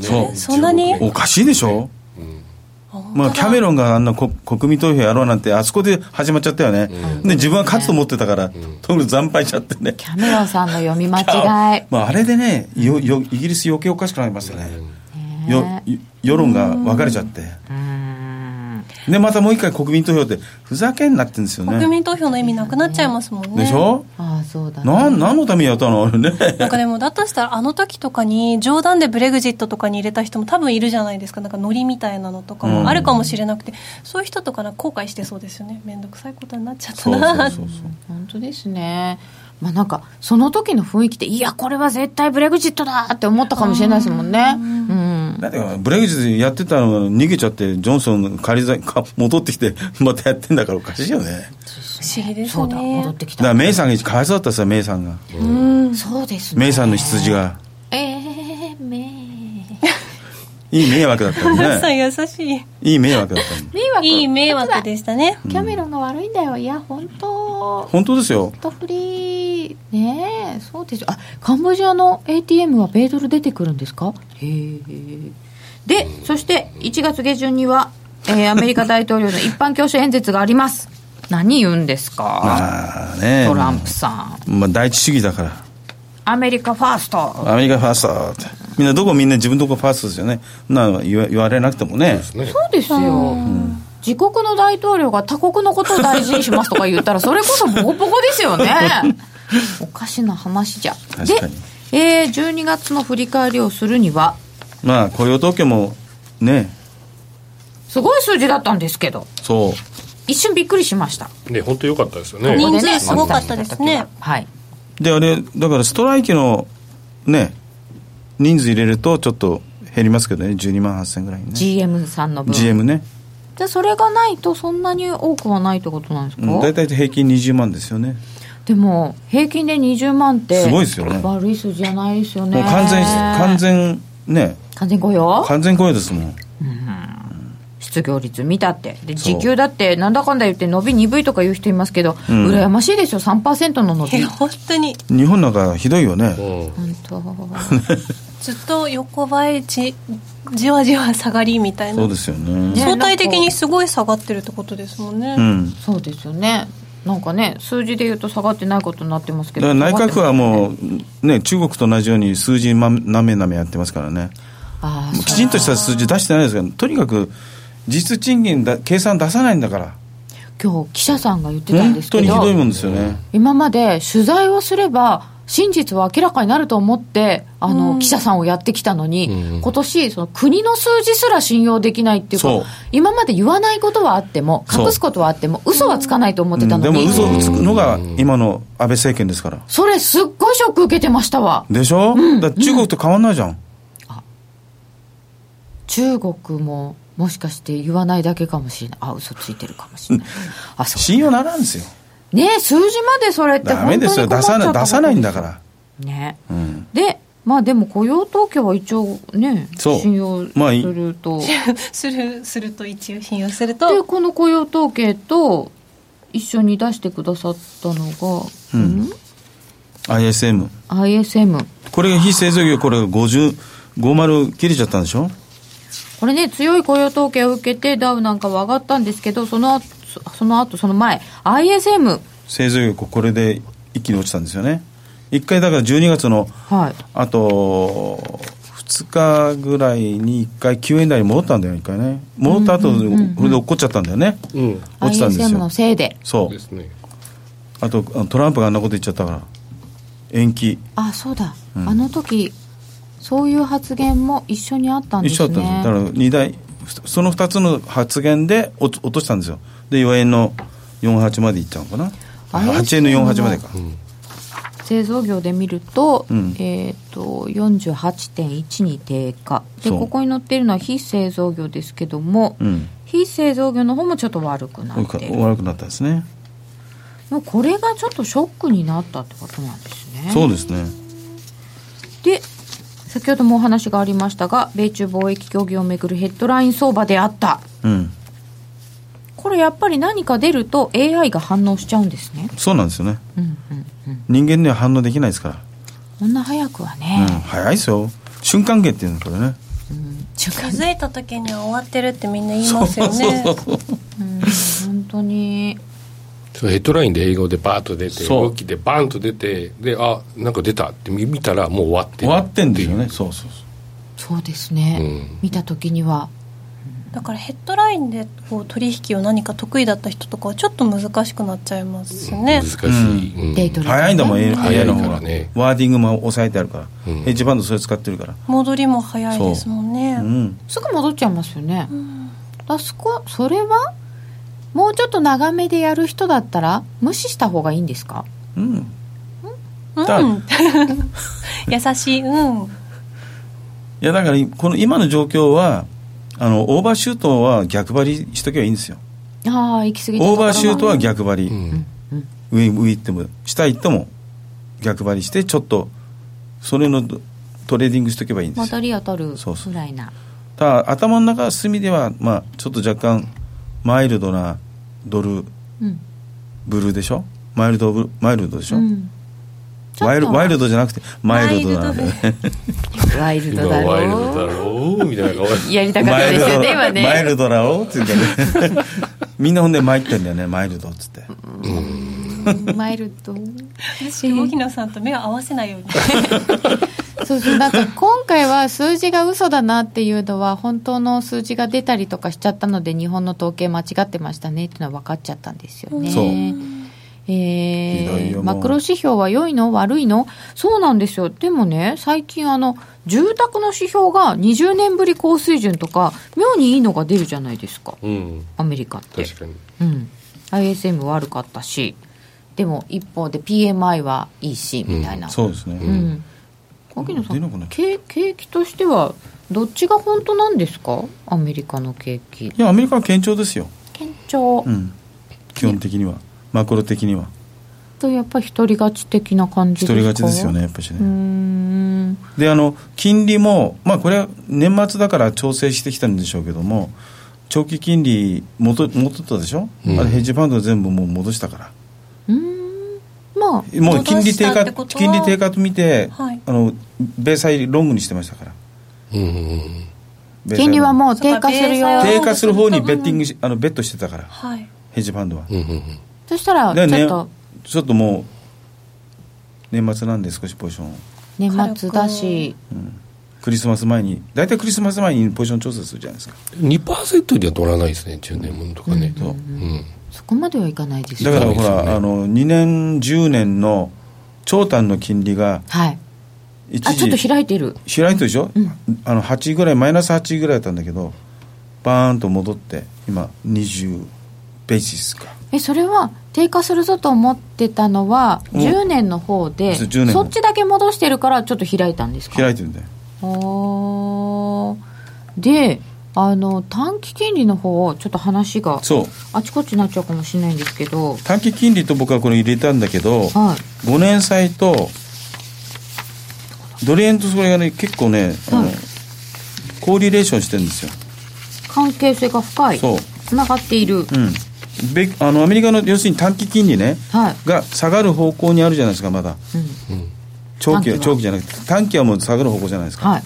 Speaker 2: そう
Speaker 3: ね
Speaker 4: そんなに
Speaker 2: おかしいでしょ、
Speaker 3: うん
Speaker 2: まあ、キャメ
Speaker 4: ロ
Speaker 2: ロンがあんなこ国民投票やろうなんて、あそこで始まっちゃったよね、
Speaker 3: う
Speaker 2: で自分は勝つと思ってたから、
Speaker 3: ん
Speaker 2: ところが惨敗しちゃってね、
Speaker 1: キャメロンさんの読み間違い
Speaker 2: まあ、あれでねよよ、イギリス余計おかしくなりましたね、よ
Speaker 1: ね
Speaker 2: よ世論が分かれちゃって、
Speaker 1: うん
Speaker 2: でまたもう一回国民投票って、ふざけんなってんですよね。
Speaker 4: 国民投票の意味なくなっちゃいますもんね
Speaker 2: でしょ、
Speaker 1: ああそうだね
Speaker 2: なん何のためにやったの、あ れね。
Speaker 4: なんかでもだとしたらあの時とかに冗談でブレグジットとかに入れた人も多分いるじゃないですかなんかノリみたいなのとか
Speaker 2: うん
Speaker 4: もあるかもしれなくて、そういう人とかなんか後悔してそうですよね面倒くさいことになっちゃった
Speaker 2: そう
Speaker 4: な
Speaker 2: そう
Speaker 4: って
Speaker 2: そうそう
Speaker 1: 本当ですねまあなんかその時の雰囲気でいやこれは絶対ブレグジットだって思ったかもしれないですもんねうん
Speaker 2: だってブレグジットやってたのが逃げちゃって、ジョンソン仮座か 戻ってきて、またやってんだからおかしいよね。
Speaker 4: 不思議ですね
Speaker 1: そうだ戻 ってき
Speaker 2: だか
Speaker 1: た
Speaker 2: らメイさんがかわいそうだったさ、メイさんが。
Speaker 1: そうですね
Speaker 2: メイさんの羊が。
Speaker 1: えー、メイ
Speaker 2: いい迷惑だった の
Speaker 4: 皆さん
Speaker 2: ね。
Speaker 4: 優しい
Speaker 2: いい迷惑だったの。
Speaker 1: 迷惑
Speaker 4: いい迷惑でしたね
Speaker 1: キャメロンが悪いんだよいや本当
Speaker 2: 本当ですよ。
Speaker 1: ネットフリーねえそうでしょあカンボジアの ATM は米ドル出てくるんですかへえでそして1月下旬には、 えーアメリカ大統領の一般教書演説があります何言うんですか
Speaker 2: まあね。
Speaker 1: トランプさん
Speaker 2: まあ第一主義だから。
Speaker 1: アメリカファースト
Speaker 2: アメリカファーストって。みんなどこみんな自分のとこファーストですよね。なんか言わ言われなくてもね。
Speaker 3: ですね
Speaker 1: そうですよ、自国の大統領が他国のことを大事にしますとか言ったらそれこそボコボコですよ ねおかしな話じゃで
Speaker 2: 確かに、
Speaker 1: えー、12月の振り返りをするには
Speaker 2: まあ雇用統計もね、
Speaker 1: すごい数字だったんですけど
Speaker 2: そう。
Speaker 1: 一瞬びっくりしました
Speaker 3: ね本当良かったですよね
Speaker 4: 人数すごかったですね
Speaker 1: はい
Speaker 2: であれだからストライキのね人数入れるとちょっと減りますけどね12万8000ぐらいにね
Speaker 1: GM さんの分
Speaker 2: GM ね
Speaker 1: でそれがないとそんなに多くはないってことなんです
Speaker 2: う
Speaker 1: か、
Speaker 2: ん大体、平均20万ですよね
Speaker 1: でも平均で20万って
Speaker 2: すごいですよね
Speaker 1: 悪い数字じゃないですよね
Speaker 2: もう完全完全ね
Speaker 1: 完全雇用
Speaker 2: 完全雇用ですもん
Speaker 1: 失業率見たってで
Speaker 2: そう
Speaker 1: 時給だってなんだかんだ言って伸び鈍いとか言う人いますけど、
Speaker 2: ん
Speaker 1: 羨ましいですよ3%の伸
Speaker 4: い
Speaker 1: び
Speaker 4: や本当に
Speaker 2: 日本なんかひどいよね
Speaker 3: うん
Speaker 1: 本当
Speaker 4: ずっと横ばいじじわじわ下がりみたい
Speaker 2: そ
Speaker 4: な
Speaker 2: うですよね
Speaker 1: ね
Speaker 4: 相対的にすごい下がってるってことですもんね、
Speaker 2: うん
Speaker 1: そうですよねなんかね数字で言うと下がってないことになってますけ
Speaker 2: だか
Speaker 1: ど
Speaker 2: ら内閣府は
Speaker 1: う
Speaker 2: もうね中国と同じように数字まなめなめやってますからね
Speaker 1: あー
Speaker 2: もうきちんとした数字出してないですけどとにかく実質賃金だ計算出さないんだから
Speaker 1: 今日記者さんが言ってたん
Speaker 2: 本
Speaker 1: です
Speaker 2: 当
Speaker 1: け
Speaker 2: にひどい
Speaker 1: ど
Speaker 2: もんですよね
Speaker 1: 今まで取材をすれば真実は明らかになると思ってあの、記者さんをやってきたのに、
Speaker 3: うん
Speaker 1: 今年その国の数字すら信用できないっていうか
Speaker 2: そう
Speaker 1: 今まで言わないことはあっても
Speaker 2: そう
Speaker 1: 隠すことはあっても嘘はつかないと思ってたの
Speaker 2: でも
Speaker 1: に、
Speaker 2: 嘘をつくのが今の安倍政権ですから
Speaker 1: それすっごいショック受けてましたわ
Speaker 2: でしょ、だから中国と変わんないじゃん、
Speaker 1: 中国ももしかして言わないだけかもしれないあ嘘ついてるかもしれないあそう
Speaker 2: 信用ならんですよ
Speaker 1: ねえ数字までそれって
Speaker 2: ダ
Speaker 1: 本当
Speaker 2: メ
Speaker 1: に
Speaker 2: で
Speaker 1: 困っ
Speaker 2: す
Speaker 1: ちゃ
Speaker 2: よ
Speaker 1: った
Speaker 2: 出さない出さないんだ
Speaker 1: ら
Speaker 2: から、
Speaker 1: ね
Speaker 2: うん、
Speaker 1: でまあでも雇用統計は一応ね
Speaker 2: そう
Speaker 1: 信用す
Speaker 2: まあい
Speaker 1: ると、
Speaker 4: するすると一応信用す
Speaker 1: で
Speaker 4: ると
Speaker 1: この雇用統計と一緒に出してくださったのが、
Speaker 2: うん ISM
Speaker 1: ISM
Speaker 2: これが非製造業これが50 50切れちゃったんでしょ
Speaker 1: これね強い雇用統計を受けてダウなんかは上がったんですけどその後その後その前 ISM
Speaker 2: 製造業これで一気に落ちたんですよね一回だから12月の
Speaker 1: はい
Speaker 2: あと2日ぐらいに1回9円台に戻ったんだよ一回ね戻った後でこれで落っこっちゃったんだよね
Speaker 3: うん
Speaker 2: 落ちたんです
Speaker 1: ISM
Speaker 2: よ
Speaker 1: のせいで
Speaker 2: そ
Speaker 3: で
Speaker 2: う
Speaker 3: すね
Speaker 2: あとあのトランプがあんなこと言っちゃったから延期
Speaker 1: あそうだ、
Speaker 2: ん
Speaker 1: あの時そういう発言も一緒にあったんで
Speaker 2: 一
Speaker 1: すね
Speaker 2: 緒だったんですよだから二台その2つの発言で落と落としたんですよで4円の48までいっちゃうのかな
Speaker 1: あれ
Speaker 2: 8円の48までか
Speaker 3: うん
Speaker 1: 製造業で見ると,、
Speaker 2: うん
Speaker 1: えー、と48.1に低下で
Speaker 2: そう
Speaker 1: ここに載っているのは非製造業ですけども、
Speaker 2: うん
Speaker 1: 非製造業の方もちょっと悪くなってるで
Speaker 2: 悪くなったですね
Speaker 1: もこれがちょっとショックになったってことなんですね
Speaker 2: そうですね
Speaker 1: で先ほどもお話がありましたが米中貿易協議をめぐるヘッドライン相場であった
Speaker 2: うん、
Speaker 1: これやっぱり何か出ると AI が反応しちゃうんですね
Speaker 2: そうなんですよね
Speaker 1: うんうんうん
Speaker 2: 人間には反応できないですか
Speaker 1: こんな早くは
Speaker 2: ら、うん、
Speaker 1: ね、
Speaker 2: 早いですよ瞬間芸っていうのこれね
Speaker 1: 時
Speaker 4: 気
Speaker 1: 間
Speaker 4: づいた時には終わってるってみんな言いますよね
Speaker 1: うん本当に
Speaker 3: そうヘッドラインで英語でバーッと出て
Speaker 2: そう
Speaker 3: 動きでバーンと出てであなんか出たって見見たらもう終わって
Speaker 2: 終わってんですよねそうそうそう
Speaker 1: そうですね、
Speaker 3: うん
Speaker 1: 見た時には
Speaker 4: だからヘッドラインでこう取引を何か得意だった人とかはちょっと難しくなっちゃいますよね
Speaker 3: 難しい、うん
Speaker 1: デートレードね
Speaker 2: 早いんだもん、A-
Speaker 3: 早
Speaker 2: AI
Speaker 3: いか
Speaker 2: の方が
Speaker 3: らね
Speaker 2: ワーディングも押さえてあるから、
Speaker 3: うん
Speaker 2: エッジバンドそれ使ってるから、
Speaker 4: 戻りも早いですもんね、
Speaker 2: うん、
Speaker 1: すぐ戻っちゃいますよね、だそこそれはもうちょっと長めでやる人だったら無視した方がいいんですか
Speaker 2: うん、
Speaker 4: うん
Speaker 2: だ
Speaker 4: 優しいうん
Speaker 2: いやだからこの今の状況はあのオーバーシュートは逆張りしとけばいいんですよ
Speaker 1: ああ行き過ぎたと
Speaker 2: オー
Speaker 1: ころは
Speaker 2: バーシュートは逆張り、
Speaker 3: うん
Speaker 2: 上上行っても下行っても逆張りしてちょっとそれのどトレーディングしとけばいいんです
Speaker 1: 戻
Speaker 2: よ
Speaker 1: りを取る
Speaker 2: そうそう
Speaker 1: ぐらいな
Speaker 2: ただ頭の中隅では、まあ、ちょっと若干マイルドなドル
Speaker 1: うん
Speaker 2: ブルーでしょマイルドブルマイルドでしょ、
Speaker 1: うんちょっと
Speaker 2: ワイルワイルドじゃなくてマイルドな
Speaker 4: マイル
Speaker 1: ワイル
Speaker 2: んで
Speaker 3: 今
Speaker 4: ドで
Speaker 1: ドだ
Speaker 3: ワイルドだ
Speaker 1: ろう
Speaker 3: ろうみたいな顔
Speaker 1: やりたかったですよね今
Speaker 2: マイ
Speaker 1: ね
Speaker 2: ルドだろうっていうかね みんなほんで参ってんだよねマイルドっつって
Speaker 1: マイルド
Speaker 4: 荻野さんと目を合わせないように
Speaker 1: そうそうなんか今回は数字が嘘だなっていうのは本当の数字が出たりとかしちゃったので日本の統計間違ってましたねっていうのは分かっちゃったんですよね。
Speaker 2: そう
Speaker 1: え
Speaker 2: ひどい
Speaker 1: ー
Speaker 2: よもう
Speaker 1: マクロ指標は良いの悪いのそうなんですよでもね最近あの住宅の指標が20年ぶり高水準とか妙にいいのが出るじゃないですか
Speaker 3: うん
Speaker 1: アメリカって
Speaker 3: 確かに
Speaker 1: うん、ISM 悪かったしでも一方で PMI はいいしみたいな、
Speaker 2: そうですね、
Speaker 1: うん荻野さ
Speaker 2: 出なくなんっち
Speaker 1: 景景気としてはどっちが本当なんですかアメリカの景気
Speaker 2: いやアメリカは堅調ですよ、
Speaker 1: 堅調
Speaker 2: うん、基本的にはマクロ的には
Speaker 1: とやっぱり独り勝ち的な感じ
Speaker 2: 一
Speaker 1: ですか
Speaker 2: 人勝ちですよねやっぱし
Speaker 1: うー
Speaker 2: ね、
Speaker 1: ん
Speaker 2: であの金利もまあこれは年末だから調整してきたんでしょうけども長期金利戻戻ったでしょ、
Speaker 3: うん
Speaker 2: あれヘッジファンド全部もう戻したから
Speaker 1: うーんまあ
Speaker 2: もう金利低
Speaker 4: 戻したっ
Speaker 2: 下
Speaker 4: てことは
Speaker 2: 金利低下と見て、
Speaker 4: はい
Speaker 2: あの米債ロングにしてましたから
Speaker 3: うんうん
Speaker 2: 米債ロング
Speaker 1: 金利はもう低下するよ
Speaker 4: そうか米債
Speaker 2: 低
Speaker 4: は
Speaker 2: 下する方にベッティングしあのベットしてたから
Speaker 4: はい
Speaker 2: ヘッジファンドは、
Speaker 3: うんうんうん
Speaker 1: そしたらち
Speaker 2: だ
Speaker 1: ょっ
Speaker 2: よ
Speaker 1: と
Speaker 2: ちょっともう年末なんで少しポジションを、
Speaker 1: 年末だし
Speaker 2: うんクリスマス前に大体クリスマス前にポジション調整するじゃないですか
Speaker 3: 2%には取らないですね10年ものとかね
Speaker 2: そう
Speaker 3: うん
Speaker 1: そこまではいかないです
Speaker 2: だ
Speaker 1: よ
Speaker 2: からほ
Speaker 3: そう
Speaker 2: ら、
Speaker 3: ですよね
Speaker 2: あの2年10年の長短の金利が
Speaker 1: はい
Speaker 2: 一
Speaker 1: あちょっと
Speaker 2: 時
Speaker 1: 開いてる
Speaker 2: 開いてるでしょ、あの8ぐらいマイナス8ぐらいだったんだけどバーンと戻って今20ベーシスか
Speaker 1: えそれは低下するぞと思ってたのは
Speaker 2: うん
Speaker 1: 10年の方で、
Speaker 2: そう10年
Speaker 1: そっちだけ戻してるからちょっと開いたんですか
Speaker 2: 開いてるんだよ
Speaker 1: おーであの短期金利の方をちょっと話が
Speaker 2: そう
Speaker 1: あちこちになっちゃうかもしれないんですけど
Speaker 2: 短期金利と僕はこれ入れたんだけど、
Speaker 1: はい
Speaker 2: 5年債とドル円とそれがね結構ね、あの
Speaker 1: はい
Speaker 2: コーリレーションしてるんですよ、
Speaker 1: 関係性が深い
Speaker 2: そう
Speaker 1: つながっている、
Speaker 2: うん、べあのアメリカの要するに短期金利ね
Speaker 1: はい、
Speaker 2: が下がる方向にあるじゃないですかまだ
Speaker 1: うん、
Speaker 2: 長期
Speaker 1: 短期は
Speaker 2: は長期じゃなくて短期はもう下がる方向じゃないですか,、
Speaker 1: はい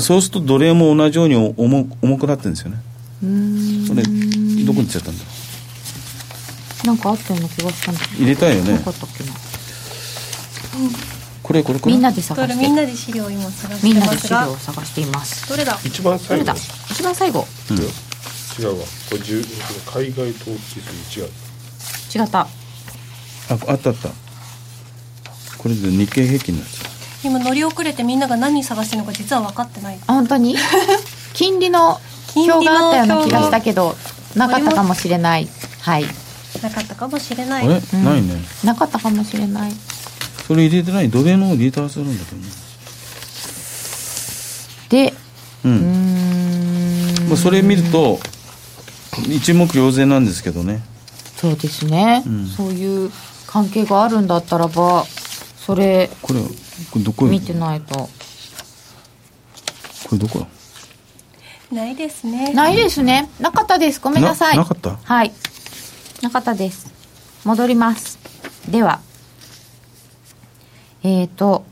Speaker 2: そうすると奴隷も同じように重重くなってるんですよね
Speaker 1: うーん
Speaker 2: これどこに行っちゃったんだ
Speaker 1: な
Speaker 2: ろ
Speaker 1: んかあったような気がしたんですけど
Speaker 2: 入れたよね
Speaker 1: なかったっけな
Speaker 2: うこれこれこれ
Speaker 1: みんなで
Speaker 4: こ
Speaker 1: 探
Speaker 4: れ
Speaker 1: し
Speaker 4: み
Speaker 1: て
Speaker 4: んなで資料を今探
Speaker 1: み
Speaker 4: し
Speaker 1: ん
Speaker 4: て
Speaker 1: な
Speaker 4: ま
Speaker 1: です資料
Speaker 4: が
Speaker 1: を探しています
Speaker 4: どれだ
Speaker 3: 一
Speaker 1: ど
Speaker 3: 番最
Speaker 1: れ
Speaker 3: 後
Speaker 1: だ
Speaker 3: です
Speaker 1: 一番最後
Speaker 2: うん
Speaker 3: 違うわこれ10これ海外投資数違う
Speaker 1: 違った
Speaker 2: ああったあったこれで日経平均になっちゃ
Speaker 4: 今乗り遅れてみんなが何探してるのか実は分かってない
Speaker 1: あ本当 に金利の
Speaker 4: 金利の
Speaker 1: 表があったような気がしたけどなかったかもしれないはい
Speaker 4: なかったかもしれな
Speaker 2: うあれ、
Speaker 4: い
Speaker 1: ん
Speaker 2: ないね
Speaker 1: なかったかもしれない
Speaker 2: それ入れてない奴隷のリーターするんだけどね
Speaker 1: でうー
Speaker 2: うん、
Speaker 1: ん
Speaker 2: まあ、それ見ると一目瞭然なんですけどね
Speaker 1: そうですね、
Speaker 2: うん
Speaker 1: そういう関係があるんだったらばそれ
Speaker 2: これこれどこ
Speaker 1: 見てないと
Speaker 2: れどこ
Speaker 4: ないですね
Speaker 1: ないですね。なかったです。ごめんなさい。
Speaker 2: ななかった
Speaker 1: はい。なかったです。戻ります。では。えっ、と、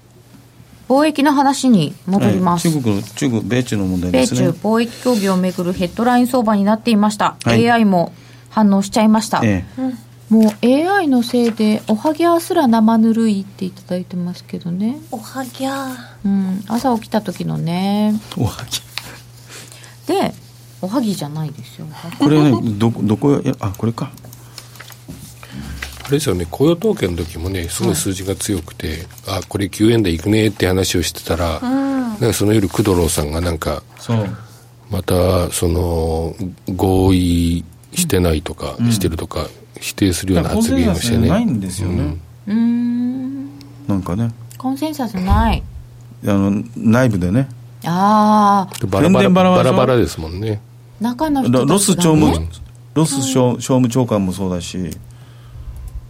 Speaker 1: 貿易の話に戻ります。
Speaker 2: はい中国の中国米中の問題で
Speaker 1: 米
Speaker 2: すね
Speaker 1: 中貿易協議をめぐるヘッドライン相場になっていました。
Speaker 2: はい
Speaker 1: AI も反応しちゃいました。
Speaker 2: ええ
Speaker 1: もう AI のせいで、おはぎゃーすら生ぬるいっていただいてますけどね。
Speaker 4: おはぎゃ
Speaker 1: うん、朝起きた時のね。
Speaker 2: おはぎ
Speaker 1: で、おはぎじゃないですよ。おはぎ
Speaker 2: これねどどこやあこれか
Speaker 3: あれですよね雇用統計の時もねすごい数字が強くて、あこれ9円台いくねって話をしてたら、なんかその夜工藤郎さんがなんか
Speaker 2: そう
Speaker 3: またその合意してないとか、してるとか否定するような発言をしてね
Speaker 2: ないんですよね、
Speaker 1: うーん。
Speaker 2: なんかね
Speaker 1: コンセンサスない。
Speaker 2: あの内部でね
Speaker 1: ああ、
Speaker 3: でバラバラ
Speaker 2: 全然バ
Speaker 3: バ
Speaker 2: ラ
Speaker 3: ラ
Speaker 2: バラでし
Speaker 3: バラ
Speaker 2: ょ
Speaker 3: ですもんね
Speaker 1: 中の人たちが
Speaker 2: ロ
Speaker 1: ね
Speaker 2: ロス商務、ロス商商務長官もそうだし、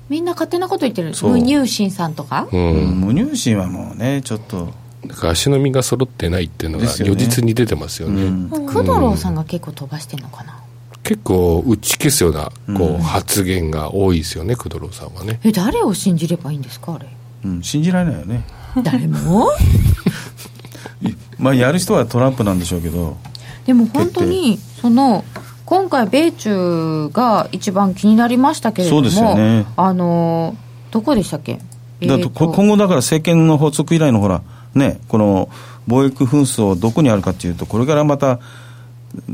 Speaker 1: みんな勝手なこと言ってる。
Speaker 2: そう
Speaker 1: 無乳心さんとか。
Speaker 3: うん、
Speaker 2: うん無乳心はもうねちょっと、
Speaker 3: だから足並みが揃ってないっていうのが
Speaker 2: ですよね
Speaker 3: 如実に出てますよ
Speaker 2: う
Speaker 3: ね
Speaker 2: ん
Speaker 1: クドローさんが結構飛ばしてんのかな。
Speaker 3: 結構打ち消すようなこう、
Speaker 2: うん
Speaker 3: 発言が多いですよね工藤郎さんはね
Speaker 1: え、誰を信じればいいんですか、あれ。
Speaker 2: うん信じられないよね
Speaker 1: 誰も
Speaker 2: いまあやる人はトランプなんでしょうけど
Speaker 1: でも本当に、その、今回、米中が一番気になりましたけれども、
Speaker 2: そうですよね
Speaker 1: あのー、どこでしたっけ
Speaker 2: だ
Speaker 1: えー
Speaker 2: と
Speaker 1: と
Speaker 2: こ今後だから政権の発足以来のほらねこの貿易紛争どこにあるかっていうとこれからまた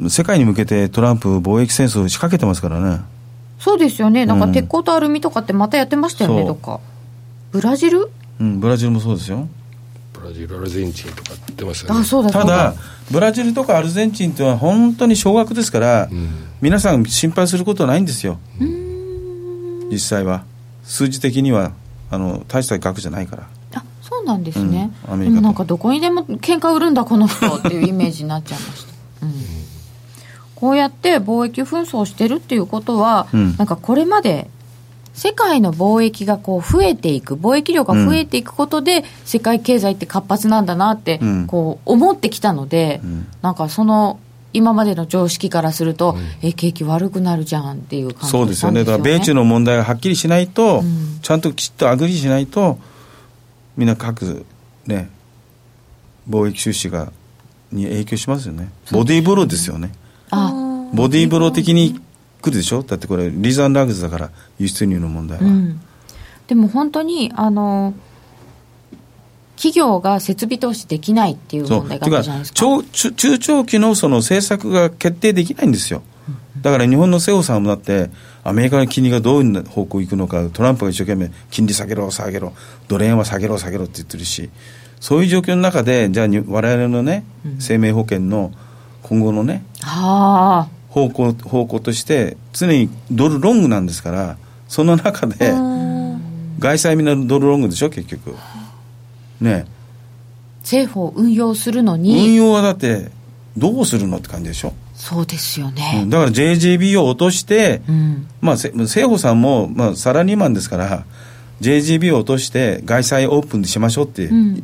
Speaker 2: 世界に向けてトランプ貿易戦争を仕掛けてますからね
Speaker 1: そうですよね、なんか
Speaker 2: うん
Speaker 1: 鉄鋼とアルミとかってまたやってましたよね、
Speaker 2: そう
Speaker 1: どっか。ブラジル
Speaker 2: うんブラジルもそうですよ
Speaker 3: ブラジルアルゼンチンとか出ましたね
Speaker 1: あ、そうだ、
Speaker 2: た
Speaker 1: そう
Speaker 2: だブラジルとかアルゼンチンというのは本当に少額ですから、
Speaker 3: うん
Speaker 2: 皆さん心配することはないんですよ実際は数字的にはあの大した額じゃないから
Speaker 1: あそうなんですね、
Speaker 2: うんアメ
Speaker 1: で
Speaker 2: リ
Speaker 1: も
Speaker 2: カと
Speaker 1: なんかどこにでも喧嘩売るんだこの人っていうイメージになっちゃいました、うん、こうやって貿易紛争してるっていうことは、
Speaker 2: うん
Speaker 1: なんかこれまで世界の貿易がこう増えていく貿易量が増えていくことで、世界経済って活発なんだなって
Speaker 2: うん
Speaker 1: こう思ってきたので、
Speaker 2: ん
Speaker 1: なんかその今までの常識からすると、え景気悪くなるじゃんっていう感じ
Speaker 2: そうですよね
Speaker 1: だ
Speaker 2: だから米中の問題がはっきりしないと、
Speaker 1: うん
Speaker 2: ちゃんときちっとアグリしないとみんな各ね貿易収支がに影響しますよねボディーブローですよね
Speaker 1: あ、
Speaker 2: ボディーブロー的に来るでしょだってこれリーザンラグズだから輸出入の問題は、
Speaker 1: うん、でも本当にあの企業が設備投資できないっていう
Speaker 2: そ
Speaker 1: 問
Speaker 2: うて
Speaker 1: 題
Speaker 2: い
Speaker 1: があ
Speaker 2: う
Speaker 1: った
Speaker 2: か
Speaker 1: じゃないですか
Speaker 2: 長中中長期のその政策が決定できないんですよ、だから日本の瀬尾さんもだって、アメリカの金利がどういう方向行くのか、トランプが一生懸命、金利下げろ、下げろ、ドル円は下げろ、下げろって言ってるし、そういう状況の中で、じゃあ、に我々のね、生命保険の今後のね、
Speaker 1: ああ
Speaker 2: 方向方向として、常にドルロングなんですから、その中で、外債みんなドルロングでしょ、結局。ねえ
Speaker 1: 政府を運用するの
Speaker 2: 運
Speaker 1: に
Speaker 2: 用はだってどうするのって感じでしょ、
Speaker 1: そうですよ
Speaker 2: う
Speaker 1: ね
Speaker 2: んだから JGB を落として、
Speaker 1: うん、
Speaker 2: まあ、せ政府さんも、まあ、サラリーマンですから JGB を落として外債オープンにしましょうって、
Speaker 1: うん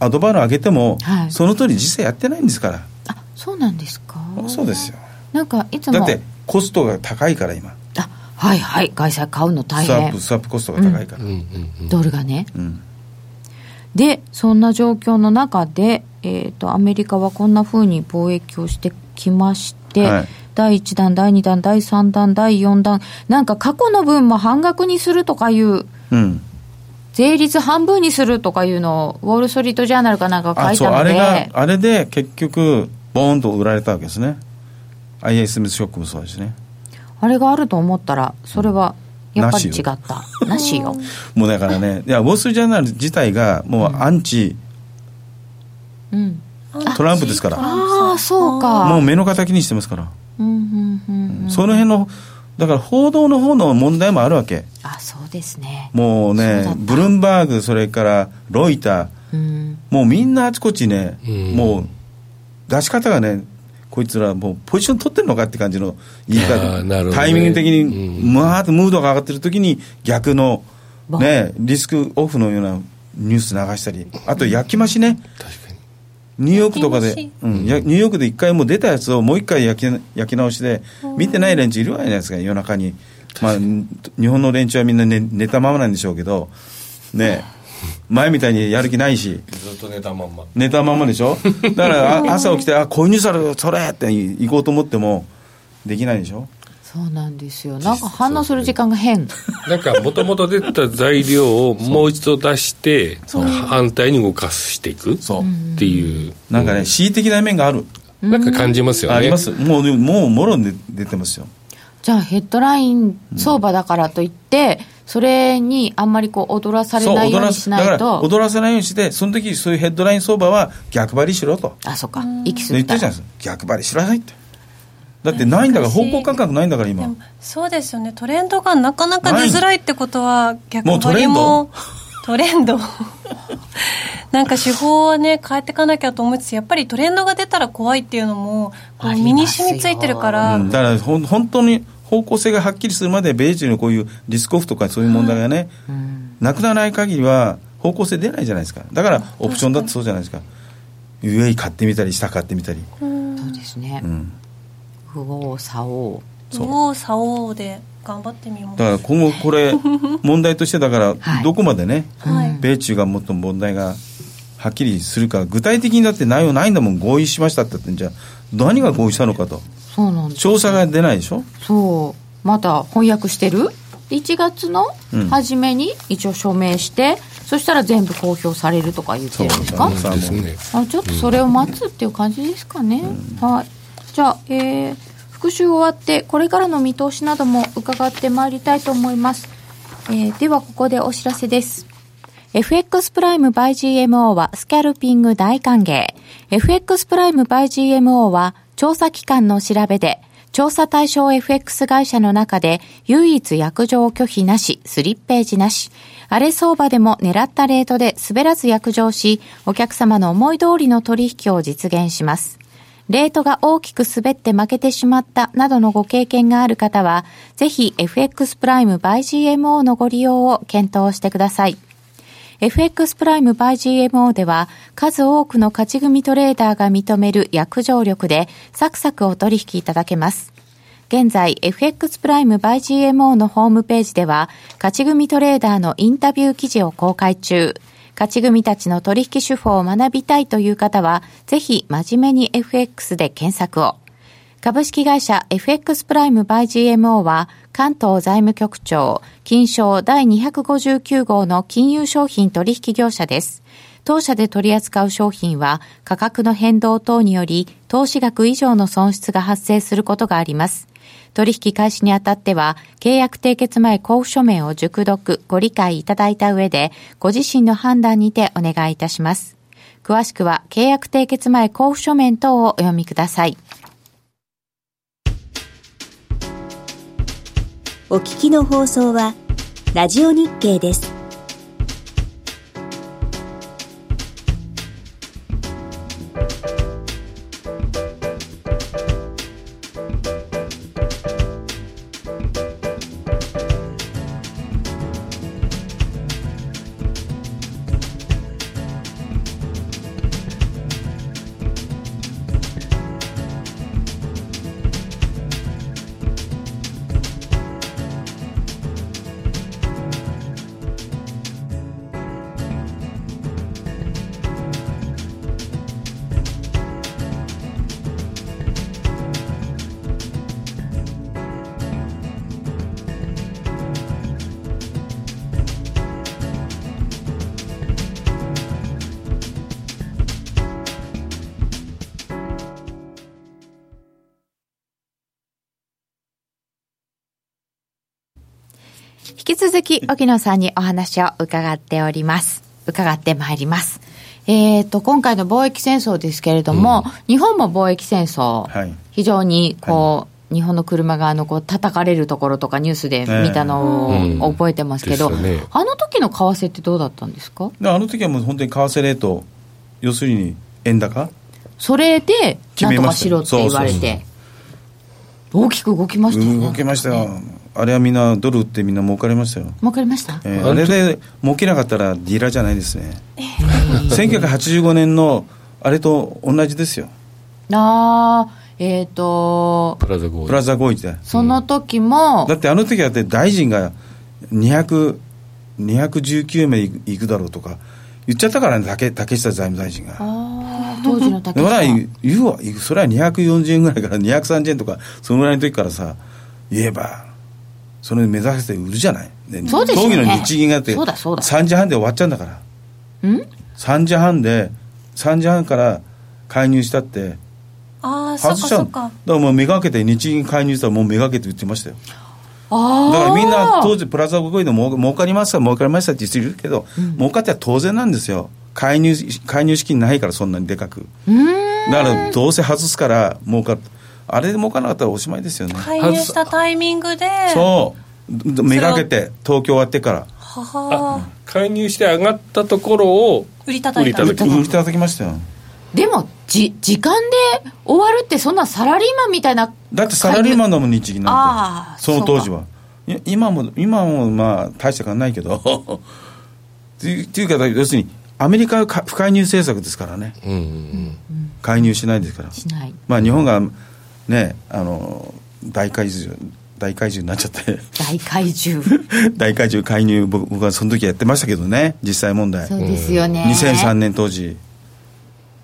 Speaker 2: アドバン上げても、
Speaker 1: はい
Speaker 2: その通り実際やってないんですから、
Speaker 1: あそうなんですか
Speaker 2: そうですよ
Speaker 1: なんかいつも
Speaker 2: だってコストが高いから今
Speaker 1: あはいはい外債買うの大
Speaker 2: スワッ
Speaker 1: 変
Speaker 2: プスワップコストが高いから、
Speaker 3: うんうんうん
Speaker 1: ドルがね
Speaker 2: うん
Speaker 1: でそんな状況の中で、えー、とアメリカはこんなふうに貿易をしてきまして、
Speaker 2: はい
Speaker 1: 第1弾第2弾第3弾第4弾なんか過去の分も半額にするとかいう
Speaker 2: うん
Speaker 1: 税率半分にするとかいうのをウォール・ストリート・ジャーナルかなんかが書
Speaker 2: あ
Speaker 1: い
Speaker 2: そう
Speaker 1: た
Speaker 2: あ
Speaker 1: の
Speaker 2: れが
Speaker 1: で
Speaker 2: あれで結局ボーンと売られたわけですね IA スミスショックもそうですね
Speaker 1: あれがあると思ったらそれはやっぱり違
Speaker 2: なし
Speaker 1: っ
Speaker 2: よ
Speaker 1: たなしよ
Speaker 2: もうだからね、いや、ウォール・ストリート・ジャーナル自体が、もうアンチ、
Speaker 1: うん、
Speaker 2: トランプですから
Speaker 1: ああそうか
Speaker 2: もう目の敵にしてますから、
Speaker 1: うんうんうんうん
Speaker 2: その辺の、だから報道の方の問題もあるわけ、
Speaker 1: あそうですね
Speaker 2: もう
Speaker 1: そうだ
Speaker 2: ね
Speaker 1: っ、た
Speaker 2: ブルンバーグ、それからロイター、
Speaker 1: うん
Speaker 2: もうみんなあちこちね、
Speaker 3: うん
Speaker 2: もう出し方がね、こいつら、もうポジション取ってるのかって感じの言い
Speaker 3: あ
Speaker 2: 方、
Speaker 3: ーなるほどね
Speaker 2: タイミング的に、
Speaker 3: うん
Speaker 2: まーっとムードが上がってる時に、逆の、
Speaker 1: バ
Speaker 2: ね、リスクオフのようなニュース流したり、あと、焼き増しね。
Speaker 3: 確かに
Speaker 2: ニューヨークとか
Speaker 4: 焼き
Speaker 2: で
Speaker 4: 直し、
Speaker 2: うん、やニューヨークで一回もう出たやつをもう一回焼き焼き直しで、見てない連中いるわけじゃないですか、夜中に。まあ、日本の連中はみんな寝寝たままなんでしょうけど、ねえ前みたいにやる気ないし、
Speaker 3: ずっと寝たまんま
Speaker 2: 寝たままでしょ。だからあ朝起きて、あ、こういうニュースある、それって行こうと思っても、できないでしょ。
Speaker 1: そうなんですよなんか反応する時間が変
Speaker 3: なんかもともと出てた材料をもう一度出して反対に動かしていくっていう
Speaker 2: なんかね、恣意的な面がある。
Speaker 3: なんか感じますよね
Speaker 2: あります。もう、でももう、もろに出てますよ。
Speaker 1: じゃあヘッドライン相場だからといって、それにあんまりこう踊らされないようにしな
Speaker 2: だ
Speaker 1: い
Speaker 2: から
Speaker 1: と
Speaker 2: 踊らせないようにして、その時そういうヘッドライン相場は逆張りしろと。
Speaker 1: あそっか息吸
Speaker 2: 言っ
Speaker 1: ってた
Speaker 2: るじゃないですか。逆張りしなさいって。だってないんだから、方
Speaker 4: 難しい
Speaker 2: 向感覚ないんだから
Speaker 4: で
Speaker 2: 今
Speaker 4: も。そうですよねトレンドがなかなか出づらいってことは逆
Speaker 2: もうトレ
Speaker 4: に
Speaker 2: ンド
Speaker 4: もトレンド なんか手法はね変えていかなきゃと思いつつやっぱりトレンドが出たら怖いっていうのもこ
Speaker 1: あ
Speaker 4: う
Speaker 1: りますよ
Speaker 4: 身に染みついてるから、
Speaker 2: うん、だからほん本当に方向性がはっきりするまで、米中のこういうリスクオフとかそういう問題がね、なくならない限りは方向性出ないじゃないですか。だからオプションだってそうじゃないですか。上買ってみたり、下買ってみたり。
Speaker 1: そうですね
Speaker 2: うん。
Speaker 1: 不合左往
Speaker 4: 右往左往で頑張ってみま
Speaker 2: だから
Speaker 4: す
Speaker 2: 今後こ れ問題としてだから
Speaker 1: はい
Speaker 2: どこまでね、
Speaker 4: はい
Speaker 2: 米中がもっと問題がはっきりするか具体的にだって内容ないんだもん合意しましたって言ってんじゃ何が合意したのかと
Speaker 1: そうなんです
Speaker 2: 調査が出ないでしょ
Speaker 1: そうまだ翻訳してる1月の
Speaker 2: うん
Speaker 1: 初めに一応署名して、そしたら全部公表されるとか言ってるんですか
Speaker 2: そう
Speaker 3: そうですね
Speaker 1: あちょっとそれを待つっていう感じですかね、はいじゃあ、えー復習終わってこれからの見通しなども伺ってまいりたいと思います、えーではここでお知らせです FX プライム by GMO はスキャルピング大歓迎。FX プライム by GMO は調査機関の調べで、調査対象 FX 会社の中で唯一約定拒否なし、スリッページなし、荒れ相場でも狙ったレートで滑らず約定し、お客様の思い通りの取引を実現します。レートが大きく滑って負けてしまったなどのご経験がある方は、ぜひ FX プライム by GMO のご利用を検討してください。FX プライム by GMO では数多くの勝ち組トレーダーが認める約定力でサクサクお取引いただけます。現在 FX プライム by GMO のホームページでは勝ち組トレーダーのインタビュー記事を公開中。勝ち組たちの取引手法を学びたいという方はぜひ真面目に FX で検索を。株式会社 FX プライムバイ GMO は関東財務局長金賞第259号の金融商品取引業者です。当社で取り扱う商品は価格の変動等により投資額以上の損失が発生することがあります。取引開始にあたっては、契約締結前交付書面を熟読、ご理解いただいた上で、ご自身の判断にてお願いいたします。詳しくは、契約締結前交付書面等をお読みください。
Speaker 5: お聞きの放送はラジオ日経です。
Speaker 1: 引き続き沖野さんにお話を伺っております伺ってまいりますえー、と今回の貿易戦争ですけれども、日本も貿易戦争、
Speaker 2: はい
Speaker 1: 非常にこう、日本の車側のこう叩かれるところとかニュースで見たのを覚えてますけど、
Speaker 3: うんですよね
Speaker 1: あの時の為替ってどうだったんですか
Speaker 2: だからあの時はもう本当に為替レート要するに円高
Speaker 1: それで
Speaker 2: 決
Speaker 1: なん
Speaker 2: め
Speaker 1: と
Speaker 2: ま
Speaker 1: か
Speaker 2: した
Speaker 1: し
Speaker 2: よ
Speaker 1: ろって言われて大きく動きましたよね
Speaker 2: 動きましたよあれはみんなドル売ってみんな儲かりましたよ
Speaker 1: わかりました、
Speaker 2: えーあれで儲けなかったらディーラーじゃないですね1985年のあれと同じですよ
Speaker 1: ああ、えっ、と、
Speaker 3: プラザ合意
Speaker 2: プラザ合意で
Speaker 1: その時も、
Speaker 2: だってあの時だって大臣が200 219名いくだろうとか言っちゃったからね竹竹下財務大臣が。
Speaker 1: ああ、当時の竹
Speaker 2: ほら
Speaker 1: 下
Speaker 2: 言うわ言うそれは240円ぐらいから230円とかそのぐらいの時からさ言えばそれ目指して売るじゃない、ね
Speaker 1: そうですよね
Speaker 2: 当時の日銀がだって
Speaker 1: そうだそうだ
Speaker 2: 3時半で終わっちゃうんだから
Speaker 1: ん
Speaker 2: 3時半で3時半から介入したって
Speaker 4: ああ
Speaker 2: 外
Speaker 4: そっか
Speaker 2: しちゃ
Speaker 4: そうっ
Speaker 2: だか
Speaker 4: から
Speaker 2: もうめがけて日銀介入したらもうめがけて売ってましたよ
Speaker 1: あ
Speaker 2: だ
Speaker 1: あ。
Speaker 2: からみんな当時プラザ合意でもう儲かりました儲かりましたって言ってるけど、儲かっては当然なんですよ介入介入資金ないからそんなにでかく
Speaker 1: うーん。
Speaker 2: だからどうせ外すから儲かるあれで儲からなかったらおしまいですよね、
Speaker 4: 介入したタイミングで
Speaker 2: そうめがけて東京終わってから
Speaker 4: はは
Speaker 3: 介入して上がったところを
Speaker 4: 売り叩いた
Speaker 2: 売
Speaker 3: 売り
Speaker 2: り
Speaker 3: 叩
Speaker 2: いただきましたよ
Speaker 1: でも、じ、時間で終わるって、そんなサラリーマンみたいな。
Speaker 2: だってサラリーマンだもん日銀
Speaker 1: あ
Speaker 2: なん
Speaker 1: あ
Speaker 2: てその当時はいや今も今もまあ大した感ないけどっていうっていうか要するにアメリカはか不介入政策ですからね
Speaker 3: うんうん
Speaker 2: 介入しないですから
Speaker 1: しない。
Speaker 2: まあ日本がねあの大怪獣大怪獣になっちゃって
Speaker 1: 大怪獣。
Speaker 2: 大怪獣介入僕僕はその時やってましたけどね実際問題
Speaker 1: そうですよね。
Speaker 2: 2003年当時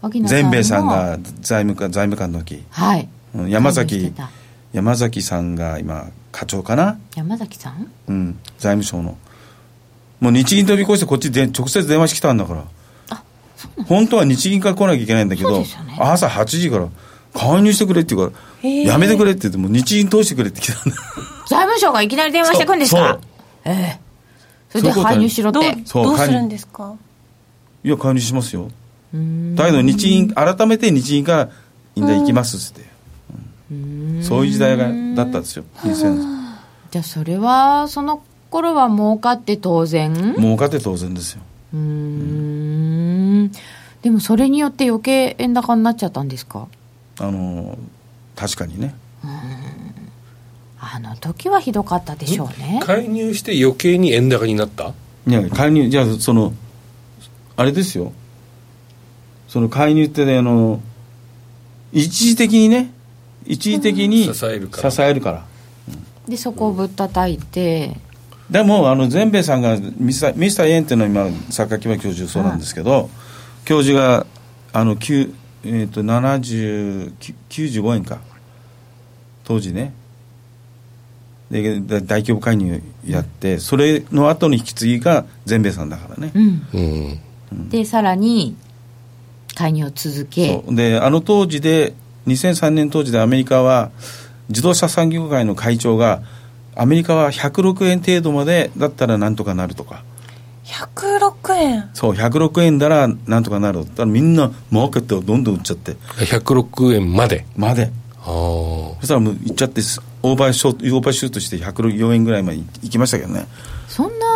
Speaker 1: 沖縄
Speaker 2: 全米さん
Speaker 1: も
Speaker 2: が財務官財務官の時
Speaker 1: はい。
Speaker 2: うん山崎
Speaker 1: 介入してた
Speaker 2: 山崎さんが今課長かな、
Speaker 1: 山崎さん
Speaker 2: うん、財務省のもう日銀飛び越してこっちで直接電話してきたんだから本当は日銀から来なきゃいけないんだけ
Speaker 1: そう
Speaker 2: ど、
Speaker 1: ですよね
Speaker 2: 朝8時から介入してくれって言うから
Speaker 4: へえ
Speaker 2: やめてくれって言ってもう日銀通してくれって来たんだ
Speaker 1: 財務省がいきなり電話してくんです
Speaker 2: そ
Speaker 1: か
Speaker 2: う
Speaker 1: ええ。それで
Speaker 2: そういうこと
Speaker 1: 介入しろっ
Speaker 4: どう
Speaker 1: て。
Speaker 2: そう
Speaker 4: どうするんですか
Speaker 2: いや介入しますよだけど日銀改めて日銀から「いんで行きます」って、うんそういう時代がだったんですよ2000
Speaker 1: じゃあ、それは、その頃は儲かって当然
Speaker 2: 儲かって当然ですよ
Speaker 1: うーんでもそれによって余計円高になっちゃったんですか
Speaker 2: あの確かにね
Speaker 1: あの時はひどかったでしょうね
Speaker 3: 介入して余計に円高になった
Speaker 2: いや介入じゃあそのあれですよその介入ってねあの一時的にね一時的に
Speaker 3: 支えるから
Speaker 2: 支えるから
Speaker 1: でそこをぶったたいて、
Speaker 2: でもあの全米さんがミスターミスターイエンっていうのは今榊原教授そうなんですけど、教授があの、きゅえー、と70き95円か当時ねでだ大規模介入やって、それの後の引き継ぎが全米さんだからね、
Speaker 1: うん
Speaker 3: うん
Speaker 1: でさらに介入を続け
Speaker 2: そうであの当時で2003年当時でアメリカは自動車産業界の会長がアメリカは106円程度までだったらなんとかなるとか
Speaker 4: 106円
Speaker 2: そう106円ならなんとかなるだからみんなマーケットをどんどん売っちゃって
Speaker 3: 106円まで
Speaker 2: まで
Speaker 3: ああ
Speaker 2: そしたらもう行っちゃってすオーバーショートオーバーシュートして104円ぐらいまで行きましたけどね
Speaker 1: そんな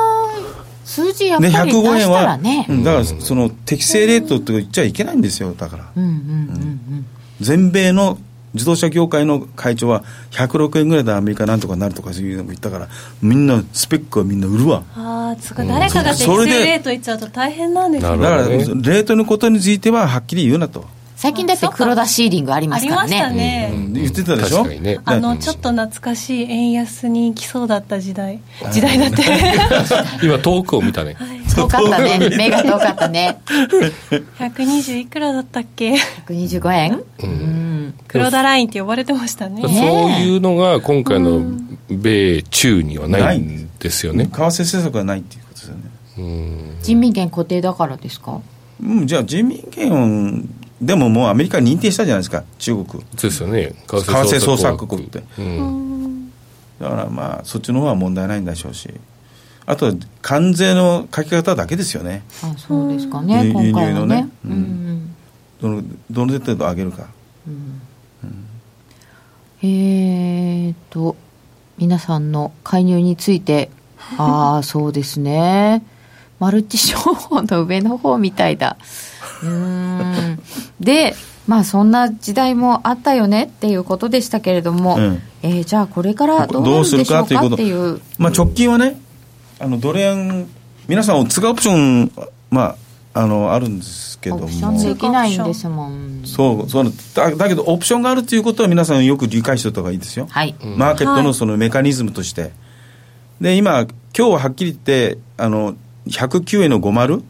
Speaker 1: 数字やっ
Speaker 2: で
Speaker 1: ぱり出
Speaker 2: 105円
Speaker 1: したら
Speaker 2: は、
Speaker 1: ね
Speaker 2: うんだからその適正レートって言っちゃいけないんですよだから
Speaker 1: うんうんうん
Speaker 2: 全米の自動車業界の会長は106円ぐらいでアメリカなんとかなるとかそういうのも言ったからみんなスペックはみんな売るわ
Speaker 4: ああそっか誰かが適
Speaker 2: それで
Speaker 4: 正レート言っちゃうと大変なんです
Speaker 3: な
Speaker 4: ね
Speaker 2: だ
Speaker 3: る
Speaker 2: か
Speaker 3: ほ
Speaker 2: ら
Speaker 3: ど
Speaker 2: レ
Speaker 3: ね
Speaker 2: ートのことについてははっきり言うなと、
Speaker 1: 最近だって黒田シーリングありま
Speaker 4: あ
Speaker 1: す
Speaker 4: り
Speaker 1: から
Speaker 4: ました
Speaker 1: ね
Speaker 4: ね、
Speaker 2: うん言ってたでしょ
Speaker 3: 確かにね
Speaker 2: だ
Speaker 4: あのちょっと懐かしい円安に来そうだった時代時代だって
Speaker 3: 今遠くを見たね
Speaker 1: 遠かったね目が遠かったね
Speaker 4: 120いくらだったっけ
Speaker 1: 125円うん
Speaker 4: 黒田ラインって呼ばれてましたね
Speaker 3: そういうのが今回の米中にはないんですよね
Speaker 2: 為替政策はないっていうことですよね
Speaker 3: うん
Speaker 1: 人民元固定だからですか
Speaker 2: うん、じゃあ人民権でももうアメリカ認定したじゃないですか中国
Speaker 3: そうですよね為
Speaker 2: 為替捜査国って
Speaker 3: うん
Speaker 2: だからまあそっちの方は問題ないんでしょうしあとは関税のかけ方だけですよね
Speaker 1: あそうですかね、
Speaker 2: 輸
Speaker 1: 今回
Speaker 2: 輸入
Speaker 1: は
Speaker 2: の
Speaker 1: ね
Speaker 2: ね
Speaker 1: う
Speaker 2: うんん
Speaker 1: うん
Speaker 2: どのどの程度上げるか
Speaker 1: えー、と皆さんの介入につい てああそうですねマルチ商法の上の方みたいだうーんでまあそんな時代もあったよねっていうことでしたけれども、
Speaker 2: うん
Speaker 1: えーじゃあこれからどうなるん
Speaker 2: どう
Speaker 1: ですしょう
Speaker 2: る
Speaker 1: か
Speaker 2: か
Speaker 1: って
Speaker 2: ということ
Speaker 1: いう
Speaker 2: まあ直近はねあのドル円皆さんツガオプションまああのあるんですけど
Speaker 1: オ
Speaker 2: も
Speaker 1: プションできないんですもん
Speaker 2: そうそうだだけどオプションがあるということは皆さんよく理解しておいた方がいいですよ、
Speaker 1: はい、
Speaker 2: マーケット
Speaker 4: は
Speaker 2: の
Speaker 4: い
Speaker 2: そのメカニズムとして、で今、今日ははっきり言って、あの109円の50、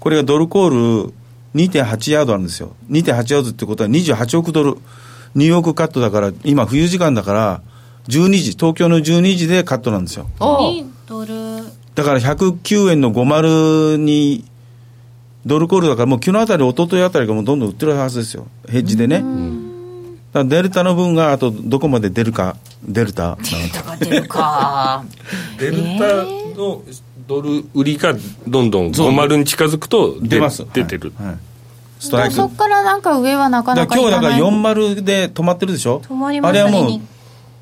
Speaker 2: これがドルコール2.8ヤードあるんですよ、2.8ヤードってことは28億ドル、ニューヨークカットだから、今、冬時間だから、12時、東京の12時でカットなんですよ、
Speaker 1: おう
Speaker 4: 2ドル
Speaker 2: だから109円の50に、ドルコールだから、もう昨日あたり、一昨日あたりがもうどんどん売ってるはずですよ、ヘッジでね。だからデルタの分があとどこまで出るか、デルタなんて
Speaker 1: とか出るか
Speaker 3: デルタのドル売りがどんどん50に近づくと
Speaker 2: 出ます
Speaker 3: 出てる、
Speaker 2: はいはいストラ
Speaker 1: で
Speaker 2: イ
Speaker 1: もそ
Speaker 2: ク
Speaker 1: っからなんか上はなか
Speaker 2: だ
Speaker 1: な
Speaker 2: か
Speaker 1: からいか
Speaker 2: 今日
Speaker 1: ない
Speaker 2: だから40で止まってるでしょ
Speaker 4: 止まり
Speaker 2: あ
Speaker 4: まし
Speaker 2: れ
Speaker 4: た
Speaker 2: は
Speaker 4: ね
Speaker 2: もう
Speaker 4: に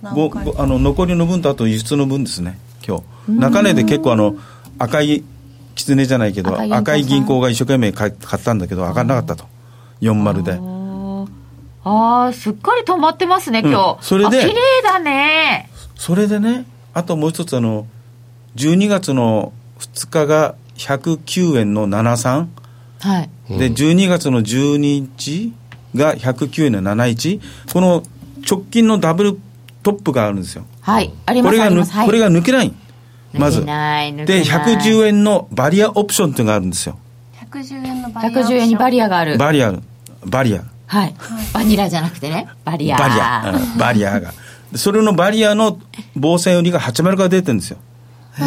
Speaker 2: ご
Speaker 4: 何回
Speaker 2: ごあの残りの分とあと輸出の分ですね今日中根で結構あの赤い狐じゃないけど
Speaker 1: 赤い銀行さん
Speaker 2: 赤い銀行が一生懸命買い買ったんだけど上がらなかったと40で
Speaker 1: おーあーすっかり止まってますね今日、
Speaker 2: うんそれで
Speaker 1: あ綺麗だね
Speaker 2: それでねあともう一つあの12月の2日が109円の73
Speaker 1: はい
Speaker 2: で12月の12日が109円の71この直近のダブルトップがあるんですよ
Speaker 1: はいあり
Speaker 2: こ
Speaker 1: ます
Speaker 2: れ
Speaker 1: あ
Speaker 2: が
Speaker 1: り
Speaker 2: ぬ
Speaker 1: ます、はい、
Speaker 2: これが抜けないま
Speaker 1: 抜
Speaker 2: ず
Speaker 1: けない抜けない
Speaker 2: で110円のバリアオプションっていうのがあるんですよ
Speaker 4: 110円のバリアオプショ
Speaker 1: 110
Speaker 4: ン
Speaker 1: 円にバリアがある
Speaker 2: バリアバリア
Speaker 1: はいバニラじゃなくてねバリア
Speaker 2: バリアうんバリアがでそれのバリアの防線売りが80から出てるんですよ
Speaker 4: う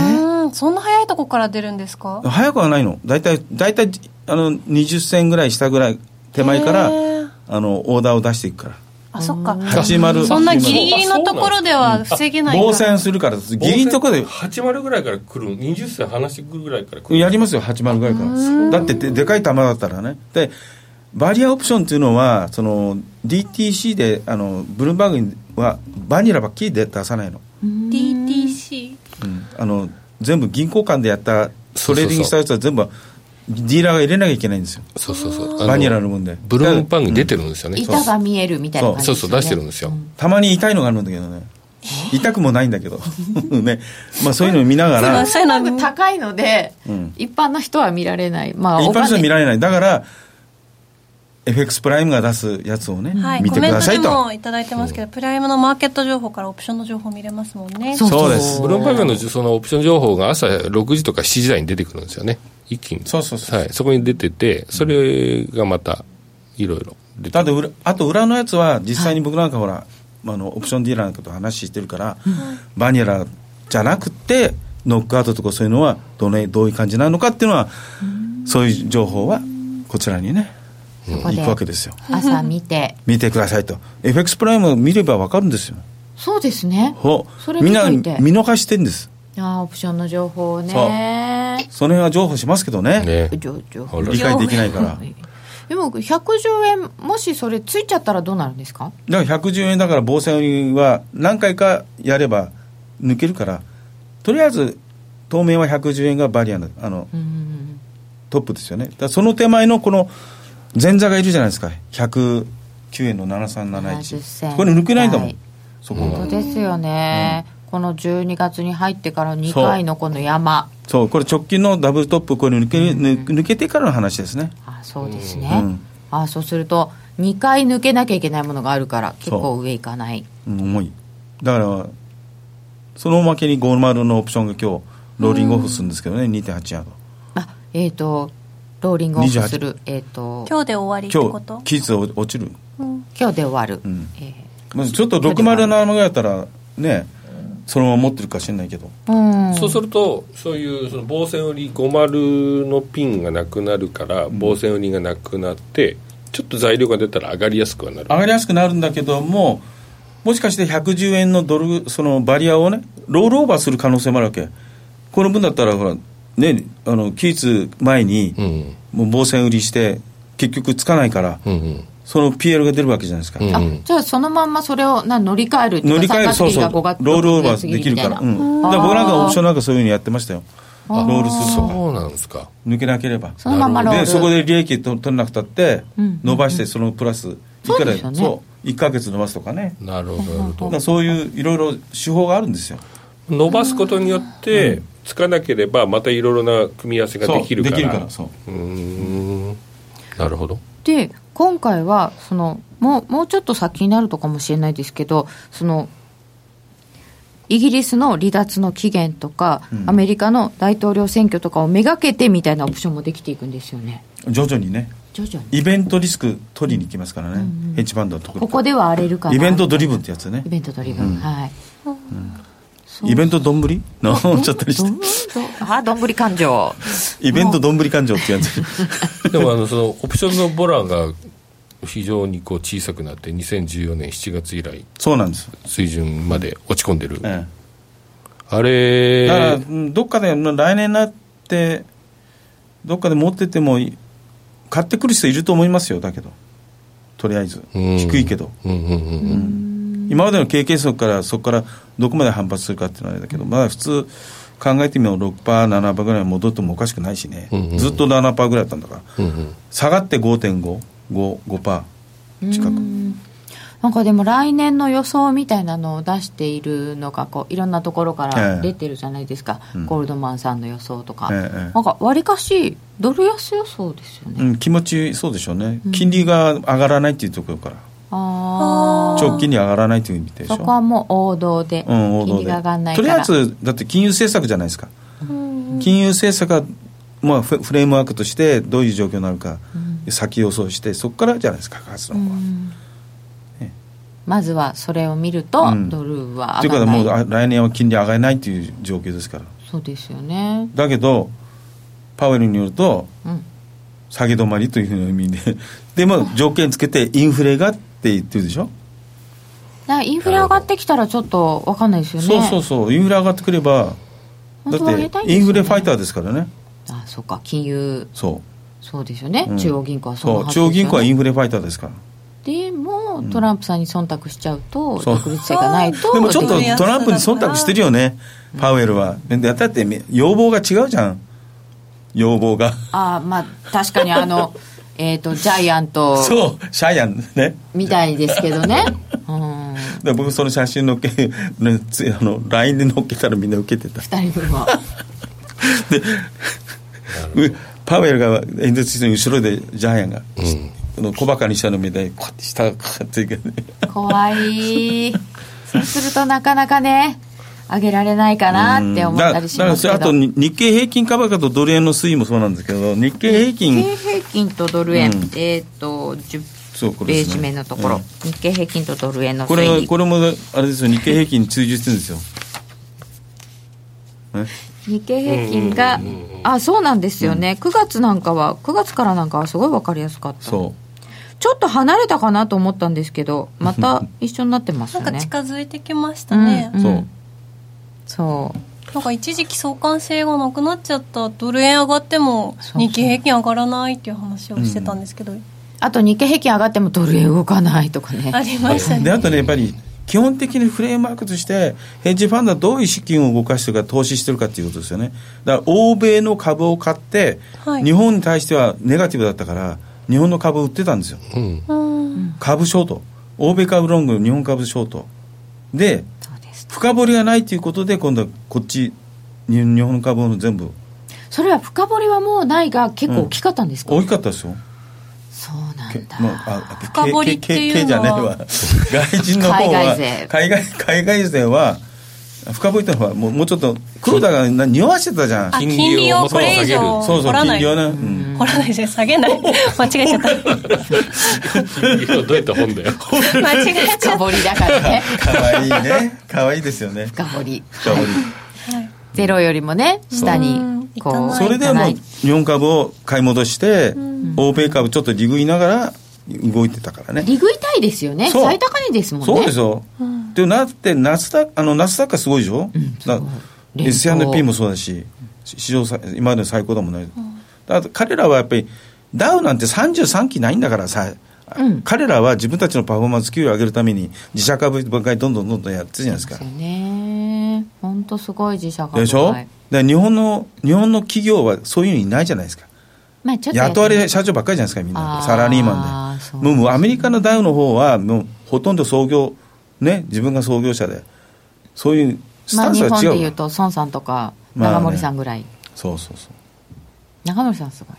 Speaker 4: んそんな早いとこから出るんですか
Speaker 2: 早くはないの大体大体あの20銭ぐらい下ぐらい手前から
Speaker 4: へー
Speaker 2: あのオーダーを出していくから
Speaker 4: あそっか
Speaker 2: 80
Speaker 4: そんなギリギリのところでは防げないから
Speaker 2: 防線するからギリのところで
Speaker 3: 80ぐらいから来る20歳話してくるぐらいから来る
Speaker 2: やりますよ、80ぐらいから。だってで、でかい球だったらね。で、バリアオプションっていうのは、その、DTC で、あの、ブルームバーグは、バニラばっきりで出さないの。
Speaker 4: DTC
Speaker 2: うんあの、全部銀行間でやった、トレーディングしたやつは全部、ディーラーが入れなきゃいけないんですよ。
Speaker 3: そうそうそうあの
Speaker 2: バニラの分で。
Speaker 3: ブルーム
Speaker 2: だか
Speaker 3: パンに出てるんですよね、
Speaker 1: 板が見えるみたいな感じ
Speaker 3: そう
Speaker 1: です
Speaker 3: そ
Speaker 1: よ
Speaker 3: う
Speaker 1: ね、
Speaker 3: 出してるんですよ、
Speaker 2: らたまに痛いのがあるんだけどね。痛くもないんだけど。 ね。まあ、そういうのを見ながら。
Speaker 4: そういうの
Speaker 1: すごく高いので、
Speaker 2: うん
Speaker 1: 一般の人は見られないまあ
Speaker 2: 一般の人は見
Speaker 1: れ
Speaker 2: られない。だから、FX プライムが出すやつをね、
Speaker 4: はい
Speaker 2: 見
Speaker 4: コ
Speaker 2: てく
Speaker 4: メン
Speaker 2: だ
Speaker 4: ト
Speaker 2: さい
Speaker 4: で
Speaker 2: と。
Speaker 4: もいただいてますけどプライムのマーケット情報からオプションの情報見れますもんね
Speaker 1: そうそう
Speaker 2: そうです
Speaker 3: ブルームパンのそのオプション情報が朝6時とか7時台に出てくるんですよね一気に
Speaker 2: そうそうそう
Speaker 3: はい、そこに出ててそれがまたいろいろ出て
Speaker 2: だって裏あと裏のやつは実際に僕なんかほら、まああのオプションディーラーなんかと話してるから、バニラじゃなくてノックアウトとかそういうのはどのどういう感じなのかっていうのは、そういう情報はこちらにね、
Speaker 1: そこ
Speaker 2: 行
Speaker 1: で
Speaker 2: くわけですよ
Speaker 1: 朝見て
Speaker 2: 見てくださいと FX プライムを見れば分かるんですよ
Speaker 1: そうですね
Speaker 2: ほう
Speaker 1: それ
Speaker 2: み
Speaker 1: 見
Speaker 2: んな
Speaker 1: と
Speaker 2: 見
Speaker 1: いて
Speaker 2: 逃してるんです
Speaker 1: あーオプションの情報ね
Speaker 2: その辺は譲歩しますけどね
Speaker 3: ね
Speaker 1: 情情
Speaker 3: ほら
Speaker 2: 理解できないから
Speaker 1: でも110円もしそれついちゃったらどうなるんですか
Speaker 2: だから110円だから防線売りは何回かやれば抜けるからとりあえず当面は110円がバリアのあの
Speaker 1: うん
Speaker 2: トップですよねだからその手前のこの前座がいるじゃないですか109円の
Speaker 1: 70銭
Speaker 2: 7371これ抜けないんだもん、
Speaker 1: はい
Speaker 2: そこ
Speaker 1: 本
Speaker 2: が
Speaker 1: 当ですよね、この12月に入ってから2回のこの山
Speaker 2: そうこれ直近のダブルトップこれ抜け,、抜抜けてからの話ですね
Speaker 1: あそうですね、
Speaker 2: うん
Speaker 1: あそうすると2回抜けなきゃいけないものがあるから結構上行かない
Speaker 2: うん重いだからそのおまけに50のオプションが今日ローリングオフするんですけどね2.8ヤード
Speaker 1: あえっ、とローリングオフ
Speaker 2: 28
Speaker 1: するえっ、と今
Speaker 4: 今日で終わりってこ
Speaker 2: 今
Speaker 4: と
Speaker 2: 日期日は落ちる
Speaker 1: 日で終わる、
Speaker 2: うん
Speaker 1: え
Speaker 2: まあちょっと607ぐらいやったらねそのまま持ってるか知んないけど
Speaker 1: ーうん
Speaker 3: そうするとそういうその防線売り50のピンがなくなるから防線売りがなくなってちょっと材料が出たら上がりやすくはなる
Speaker 2: 上がりやすくなるんだけどももしかして110円のドルそのバリアをねロールオーバーする可能性もあるわけこの分だったらほらねあの期日前に
Speaker 3: うん
Speaker 2: もう防線売りして結局つかないから
Speaker 3: うんうん
Speaker 2: その PL が出るわけじゃないですか、
Speaker 3: うん
Speaker 1: あじゃあそのまんまそれをな乗り換えるっていう
Speaker 2: 乗
Speaker 1: か
Speaker 2: り換える
Speaker 1: 三
Speaker 2: そう
Speaker 1: 月期が
Speaker 2: そう
Speaker 1: 五月期
Speaker 2: ロールオーバ
Speaker 1: 六
Speaker 2: ー
Speaker 1: 月期
Speaker 2: できるから,、う、
Speaker 1: みたいなん
Speaker 2: だから僕なんかオプションなんかそういうふうにやってましたよロールするとか
Speaker 3: そうなんですか
Speaker 2: 抜けなければ
Speaker 1: そのままロール
Speaker 2: でそこで利益と取れなくたって
Speaker 1: うんうん
Speaker 2: 伸ばしてそのプラスい
Speaker 1: そう
Speaker 2: くら
Speaker 1: ですよね
Speaker 2: そう1か月伸ばすとかね
Speaker 3: なるほどなるほ
Speaker 2: だ
Speaker 3: ど
Speaker 2: からそういういろいろ手法があるんですよ
Speaker 3: 伸ばすことによってつかなければまたいろいろな組み合わせが
Speaker 2: そう
Speaker 3: できるから
Speaker 2: できるからそう
Speaker 3: うーんなるほど
Speaker 1: で今回はそのもうもうちょっと先になるとかもしれないですけどそのイギリスの離脱の期限とか、
Speaker 2: うん
Speaker 1: アメリカの大統領選挙とかをめがけてみたいなオプションもできていくんですよね
Speaker 2: 徐々にね
Speaker 1: 徐々に
Speaker 2: イベントリスク取りに行きますからね、
Speaker 1: うんうん
Speaker 2: ヘッジファンドのところ
Speaker 1: ここでは荒れるかな
Speaker 2: イベントドリブンってやつね
Speaker 1: イベントドリブン、
Speaker 2: うん
Speaker 1: はいそう
Speaker 2: イベントどんぶり 飲んじゃったりし
Speaker 1: どん
Speaker 2: て
Speaker 1: どんあどんぶり感情
Speaker 2: イベントどんぶり感情ってやつ
Speaker 3: でもあのそのオプションのボラが非常にこう小さくなって2014年7月以来
Speaker 2: そうなんです、
Speaker 3: 水準まで落ち込んでる、
Speaker 2: え
Speaker 3: あ
Speaker 2: え、
Speaker 3: れ
Speaker 2: だから、うんどっかでまあ来年になってどっかで持っててもい買ってくる人いると思いますよだけどとりあえず
Speaker 3: うん
Speaker 2: 低いけど、
Speaker 3: うんうんうんうん
Speaker 2: 今までの経験則からそこからどこまで反発するかっていうのはあれだけどまだ普通考えてみれば6%、7%ぐらい戻ってもおかしくないしね、
Speaker 3: うんうん
Speaker 2: ずっと7%ぐらいだったんだから、
Speaker 3: うんうん
Speaker 2: 下がって5.5、5、5%近く、
Speaker 1: うんなんかでも来年の予想みたいなのを出しているのがこういろんなところか
Speaker 2: え
Speaker 1: ら
Speaker 2: え
Speaker 1: 出てるじゃないですか、
Speaker 2: うん
Speaker 1: ゴールドマンさんの予想とか、
Speaker 2: ええええ
Speaker 1: なんかわりかしドル安予想ですよね、
Speaker 2: うん、気持ちそうでしょうね
Speaker 1: うん、
Speaker 2: 金利が上がらないっていうところから、
Speaker 1: ああ
Speaker 2: 長期金利上がらないという意味でしょ、
Speaker 1: そこはもう王道で、
Speaker 2: うん、王道
Speaker 1: 金利
Speaker 2: で
Speaker 1: が上がらない
Speaker 2: と
Speaker 1: か
Speaker 2: りあえ
Speaker 1: ら
Speaker 2: ず、だって金融政策じゃないですか、
Speaker 4: うん
Speaker 2: 金融政策が、まあ、フレフレームワークとして、どういう状況になるか、先予想して、そこからじゃないですか、為替
Speaker 1: う
Speaker 2: の方は。
Speaker 1: ん
Speaker 2: ね
Speaker 1: まずはそれを見ると、
Speaker 2: うん
Speaker 1: ドルは
Speaker 2: というこ
Speaker 1: 上
Speaker 2: と
Speaker 1: が
Speaker 2: は
Speaker 1: らない
Speaker 2: も
Speaker 1: う
Speaker 2: あ来年は金利上がらないという状況ですから
Speaker 1: そうですよね、
Speaker 2: だけどパウエルによると
Speaker 1: うん、
Speaker 2: 下げ止まりというふうな意味ででも条件つけてインフレがって言ってるでしょ、
Speaker 1: だからインフレ上がってきたらちょっとわかんないですよね
Speaker 2: そうそうそうインフレ上がってくればだ
Speaker 1: 本当は上げ
Speaker 2: った
Speaker 1: いんで
Speaker 2: て
Speaker 1: すよね
Speaker 2: インフレファイターですからね
Speaker 1: あそうか金融
Speaker 2: そ
Speaker 1: そうですよね、
Speaker 2: う、うん
Speaker 1: 中央銀行はそ
Speaker 2: そうう
Speaker 1: なはず
Speaker 2: 中央銀行はイン
Speaker 1: フ
Speaker 2: フレファイターですから
Speaker 1: でもトランプさんに忖度しちゃうと
Speaker 2: そう
Speaker 1: 独立性がないと
Speaker 2: でもちょっと
Speaker 1: できない
Speaker 2: トランプに忖度してるよねパウエルはだってめ要望が違うじゃん要望が
Speaker 1: あまあ確かにあの えっとジャイアント
Speaker 2: そうシャイアンね
Speaker 1: みたいですけどねうん
Speaker 2: で僕その写真のっけ、ね、ついあの LINE で載っけたらみんな受けてた
Speaker 1: 二人分は
Speaker 2: うパウエルが演説してる後ろでジャイアンが、あの小バカにしたのみたいにこうやって下がかかっていくね
Speaker 1: 怖いそうするとなかなかね上げられないかなって思ったりしますけど
Speaker 2: だからだからそれあとに日経平均株価とドル円の推移もそうなんですけど日経平均
Speaker 1: 日経平均とドル円、
Speaker 2: うん
Speaker 1: えっ、と10
Speaker 2: そうこ
Speaker 1: ペ
Speaker 2: れ
Speaker 1: ー
Speaker 2: ですね
Speaker 1: ジ目のところ、
Speaker 2: うん
Speaker 1: 日経平均とドル円の
Speaker 2: これ
Speaker 1: 推
Speaker 2: は
Speaker 1: 移
Speaker 2: これもあれですよ日経平均に追従してるんですよ
Speaker 1: 日経平均が、あそうなんですよね、9月なんかは9月からなんかはすごい分かりやすかった
Speaker 2: そ
Speaker 1: ちょっと離れたかなと思ったんですけどまた一緒になってます
Speaker 4: な
Speaker 1: よ
Speaker 4: ん
Speaker 1: ね
Speaker 4: か近づいてきましたね、
Speaker 1: うん
Speaker 2: うそう、
Speaker 1: そう
Speaker 4: なんか一時期相関性がなくなっちゃったドル円上がっても
Speaker 1: そうそう
Speaker 4: 日経平均上がらないっていう話をしてたんですけど、
Speaker 1: あと日経平均上がってもドル円動かないとか
Speaker 4: あ
Speaker 1: ね
Speaker 4: りました
Speaker 2: で
Speaker 4: ね
Speaker 2: あとねやっぱり基本的にフレームワークとしてヘッジファンドはどういう資金を動かしてるか投資してるかっていうことですよねだから欧米の株を買って、
Speaker 4: はい
Speaker 2: 日本に対してはネガティブだったから日本の株を売ってたんですよ
Speaker 3: うん
Speaker 4: うん
Speaker 2: 株ショート欧米株ロング日本株ショートで
Speaker 1: そうです
Speaker 2: 深掘りがないということで今度はこっちに日本の株を全部
Speaker 1: それは深掘りはもうないが結構大きかったんですか、
Speaker 2: 大きかったですよ
Speaker 1: そうな
Speaker 2: け
Speaker 1: んだ、
Speaker 2: まあ、あけ
Speaker 4: 深掘りっていうのは
Speaker 2: けけじゃねえわ外人の方は
Speaker 1: 海外勢
Speaker 2: 海外海外勢は深掘りってのはもうもうちょっと黒田がな匂わしてたじゃん
Speaker 4: あ金利をこれ以上
Speaker 2: そうそう
Speaker 4: 掘ら
Speaker 2: 金
Speaker 4: ない
Speaker 2: 利は
Speaker 4: 掘
Speaker 2: ね、うん、
Speaker 4: らないで下げない間違えちゃった
Speaker 3: いやどうやった 本だよ
Speaker 4: 間違えちゃ
Speaker 1: 深
Speaker 4: っ
Speaker 1: 掘りだからね
Speaker 2: かわいいねかわいいですよね
Speaker 1: 深掘り
Speaker 2: 深掘り
Speaker 4: た、はい
Speaker 1: ゼロよりもね下に
Speaker 4: うん
Speaker 1: こ
Speaker 4: 行か
Speaker 1: う
Speaker 4: ない
Speaker 2: それでもう日本株を買い戻して、欧米株ちょっと利食いながら動いてたからね
Speaker 1: 利食いたいですよね
Speaker 2: そう
Speaker 1: 最高値ですもんね
Speaker 2: そうですよ。でなってナスダあのナスダックがすごいでしょ。だ
Speaker 1: 連想
Speaker 2: S&P もそうだし、史上最今までの最高だもんね。だから彼らはやっぱりダウなんて三十三期ないんだからさ。
Speaker 1: うん
Speaker 2: 彼らは自分たちのパフォーマンス給料を上げるために自社株ばっかりどんどんどんどんやってるじゃないです
Speaker 1: で
Speaker 2: か
Speaker 1: すよね本当すごい自社が
Speaker 2: でしょ、
Speaker 1: はい
Speaker 2: で日本の日本の企業はそういうのいないじゃないですか
Speaker 1: まあちょっとやって
Speaker 2: 雇われ社長ばっかりじゃないですかみん
Speaker 1: あ
Speaker 2: な
Speaker 1: ー
Speaker 2: サラリーマン
Speaker 1: そ
Speaker 2: で
Speaker 1: う
Speaker 2: もうもうアメリカのダウの方はもうほとんど創業ね自分が創業者でそういうス
Speaker 1: ま
Speaker 2: タ
Speaker 1: あ
Speaker 2: ンス
Speaker 1: 日
Speaker 2: は
Speaker 1: 本
Speaker 2: 違う
Speaker 1: で
Speaker 2: わ
Speaker 1: いうと孫さんとか
Speaker 2: まあね
Speaker 1: 長森さんぐらい、
Speaker 2: そうそうそう
Speaker 1: 長森さんすごい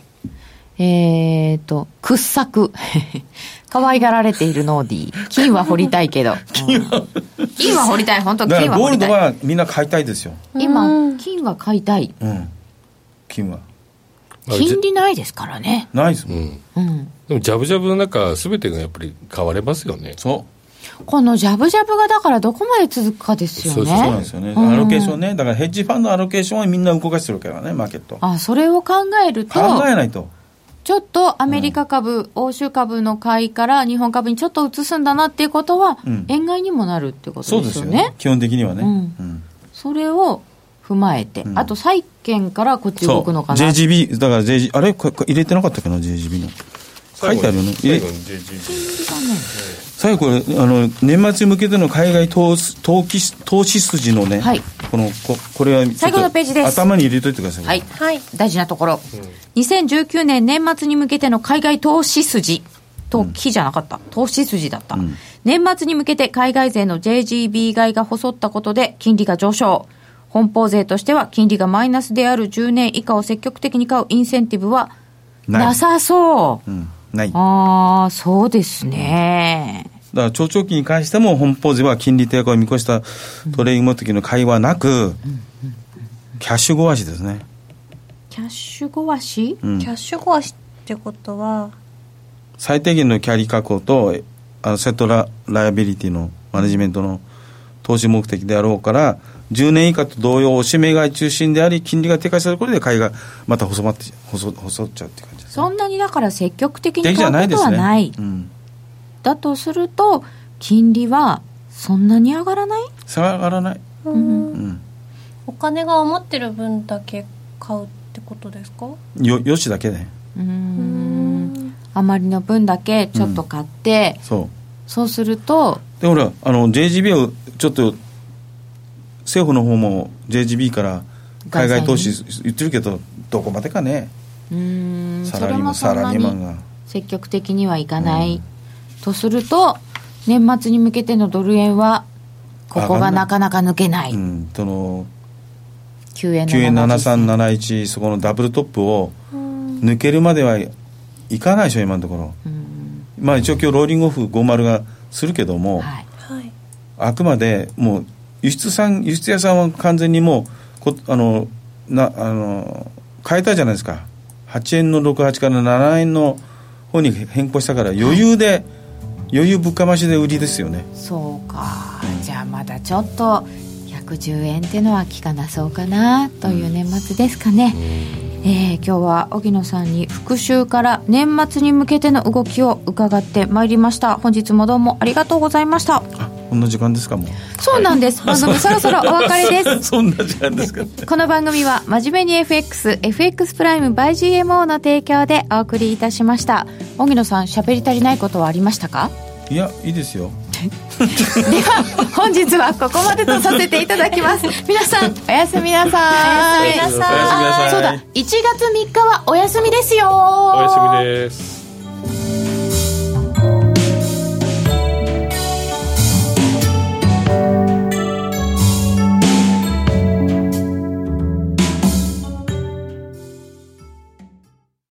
Speaker 1: えーと掘削 可愛がられているノーディー金は掘りたい けど、うん金は掘りたい本当
Speaker 2: だか
Speaker 1: 金
Speaker 2: ら
Speaker 1: は
Speaker 2: ゴ
Speaker 1: 掘
Speaker 2: ー
Speaker 1: り
Speaker 2: ル
Speaker 1: た
Speaker 2: ド
Speaker 1: い
Speaker 2: はみんな買いたいですよ
Speaker 1: 今金は買いたい
Speaker 2: うん金は
Speaker 3: まあ
Speaker 1: 金利ないですからね
Speaker 2: ないですも、
Speaker 3: うんん、
Speaker 1: うん
Speaker 3: でもジャブジャブの中全てがやっぱり買われますよね
Speaker 2: そう
Speaker 1: このジャブジャブがだからどこまで続くかですよね
Speaker 3: そうそう
Speaker 2: そうなんですよね、
Speaker 1: うん
Speaker 2: アロケーションねだからヘッジファンドのアロケーションはみんな動かしてるからねマーケット考
Speaker 1: あそれを考えると
Speaker 2: えないと
Speaker 1: ちょっとアメリカ株、欧州株の買いから日本株にちょっと移すんだなっていうことは、
Speaker 2: うん
Speaker 1: 円買いにもなるってこと
Speaker 2: そう
Speaker 1: で
Speaker 2: ですす
Speaker 1: よ
Speaker 2: よ
Speaker 1: ね。そ
Speaker 2: ね基本的にはね、
Speaker 1: う
Speaker 2: うんん
Speaker 1: れを踏まえて、
Speaker 2: うん
Speaker 1: あと債券からこっち
Speaker 2: そ
Speaker 1: 動
Speaker 2: う
Speaker 1: くのかな。
Speaker 2: JGB だから JG あれこれこれ入れてなかったっけな JGB の書いてあるよね入れ
Speaker 3: 最後に JGB
Speaker 2: 最後これあの年末に向けての海外投資投機投資筋のね、
Speaker 1: はい
Speaker 2: このここれはちょっと
Speaker 1: 最後のページです
Speaker 2: 頭に入れといてください
Speaker 1: はい、
Speaker 4: はい
Speaker 1: 大事なところ、2019年年末に向けての海外投資筋投機じゃなかった、投資筋だった、
Speaker 2: うん
Speaker 1: 年末に向けて海外税の JGB 買いが細ったことで金利が上昇本邦税としては金利がマイナスである10年以下を積極的に買うインセンティブは
Speaker 2: ない
Speaker 1: なさそう、
Speaker 2: うん、ないだか
Speaker 1: ああそうですね
Speaker 2: ら長長期に関しても本法税は金利低下を見越したトレーニングの時の会話なく、キャッシュご足ですね、
Speaker 1: キャッシュごわし
Speaker 2: うん
Speaker 4: キャッシュコアしってことは
Speaker 2: 最低限のキャリー確保とえアセットラライアビリティのマネジメントの投資目的であろうから10年以下と同様おしめ買い中心であり金利が低下したところで買いがまた細まって細細っちゃうっていう感じです
Speaker 1: そんなにだから積極的に買う
Speaker 2: 敵じゃない
Speaker 1: こ
Speaker 2: で
Speaker 1: と
Speaker 2: す
Speaker 1: は
Speaker 2: ね
Speaker 1: ない
Speaker 2: うん、
Speaker 1: だとすると金利はそんなに上がらない
Speaker 2: 下がらない、
Speaker 4: うん
Speaker 2: うん、
Speaker 4: お金が余ってる分だけ買うってことですか
Speaker 2: よよしだけね
Speaker 1: うーんあまりの分だけちょっと買って、
Speaker 2: そう
Speaker 1: そうすると
Speaker 2: でほらあの JGB をちょっと政府の方も JGB から海外投資言ってるけどどこまでかね
Speaker 1: うーん
Speaker 2: サ
Speaker 1: そ
Speaker 2: ラ
Speaker 1: れ
Speaker 2: リーマ
Speaker 1: も
Speaker 2: ン
Speaker 1: そ
Speaker 2: サ
Speaker 1: ん
Speaker 2: ラ
Speaker 1: な
Speaker 2: リーマン
Speaker 1: に
Speaker 2: が
Speaker 1: 積極的にはいかない、
Speaker 2: うん
Speaker 1: とすると年末に向けてのドル円はここ
Speaker 2: 上
Speaker 1: が
Speaker 2: がらない
Speaker 1: なかなか抜けない、
Speaker 2: うんその
Speaker 1: 9円
Speaker 2: 9円
Speaker 1: 73
Speaker 2: 7371そこのダブルトップを抜けるまではいかないでしょ今のところ
Speaker 1: うん
Speaker 2: まあ一応今日ローリングオフ50がするけども、
Speaker 1: はい
Speaker 4: はい
Speaker 2: あくまでもう輸出さん輸出屋さんは完全にもうこあのなあの変えたじゃないですか8円の68から7円の方に変更したから余裕で、余裕ぶっかましで売りですよね
Speaker 1: そうか、じゃあまだちょっと110円っていうのは効かなそうかなという年末ですかね、えー今日は荻野さんに復習から年末に向けての動きを伺ってまいりました本日もどうもありがとうございました
Speaker 2: あこんな時間ですかも
Speaker 1: そうなんです、番組そろそろお別れです
Speaker 2: う そんな時間ですか
Speaker 1: この番組は真面目に FXFX プライム by GMO の提供でお送りいたしました荻野さん喋り足りないことはありましたか
Speaker 2: いやいいですよ
Speaker 1: では本日はここまでとさせていただきます皆さんおやすみなさい
Speaker 4: おやすみなさ
Speaker 2: お
Speaker 4: い
Speaker 2: やすみなさい
Speaker 1: そうだ1月3日はお休みですよ
Speaker 3: おやすみです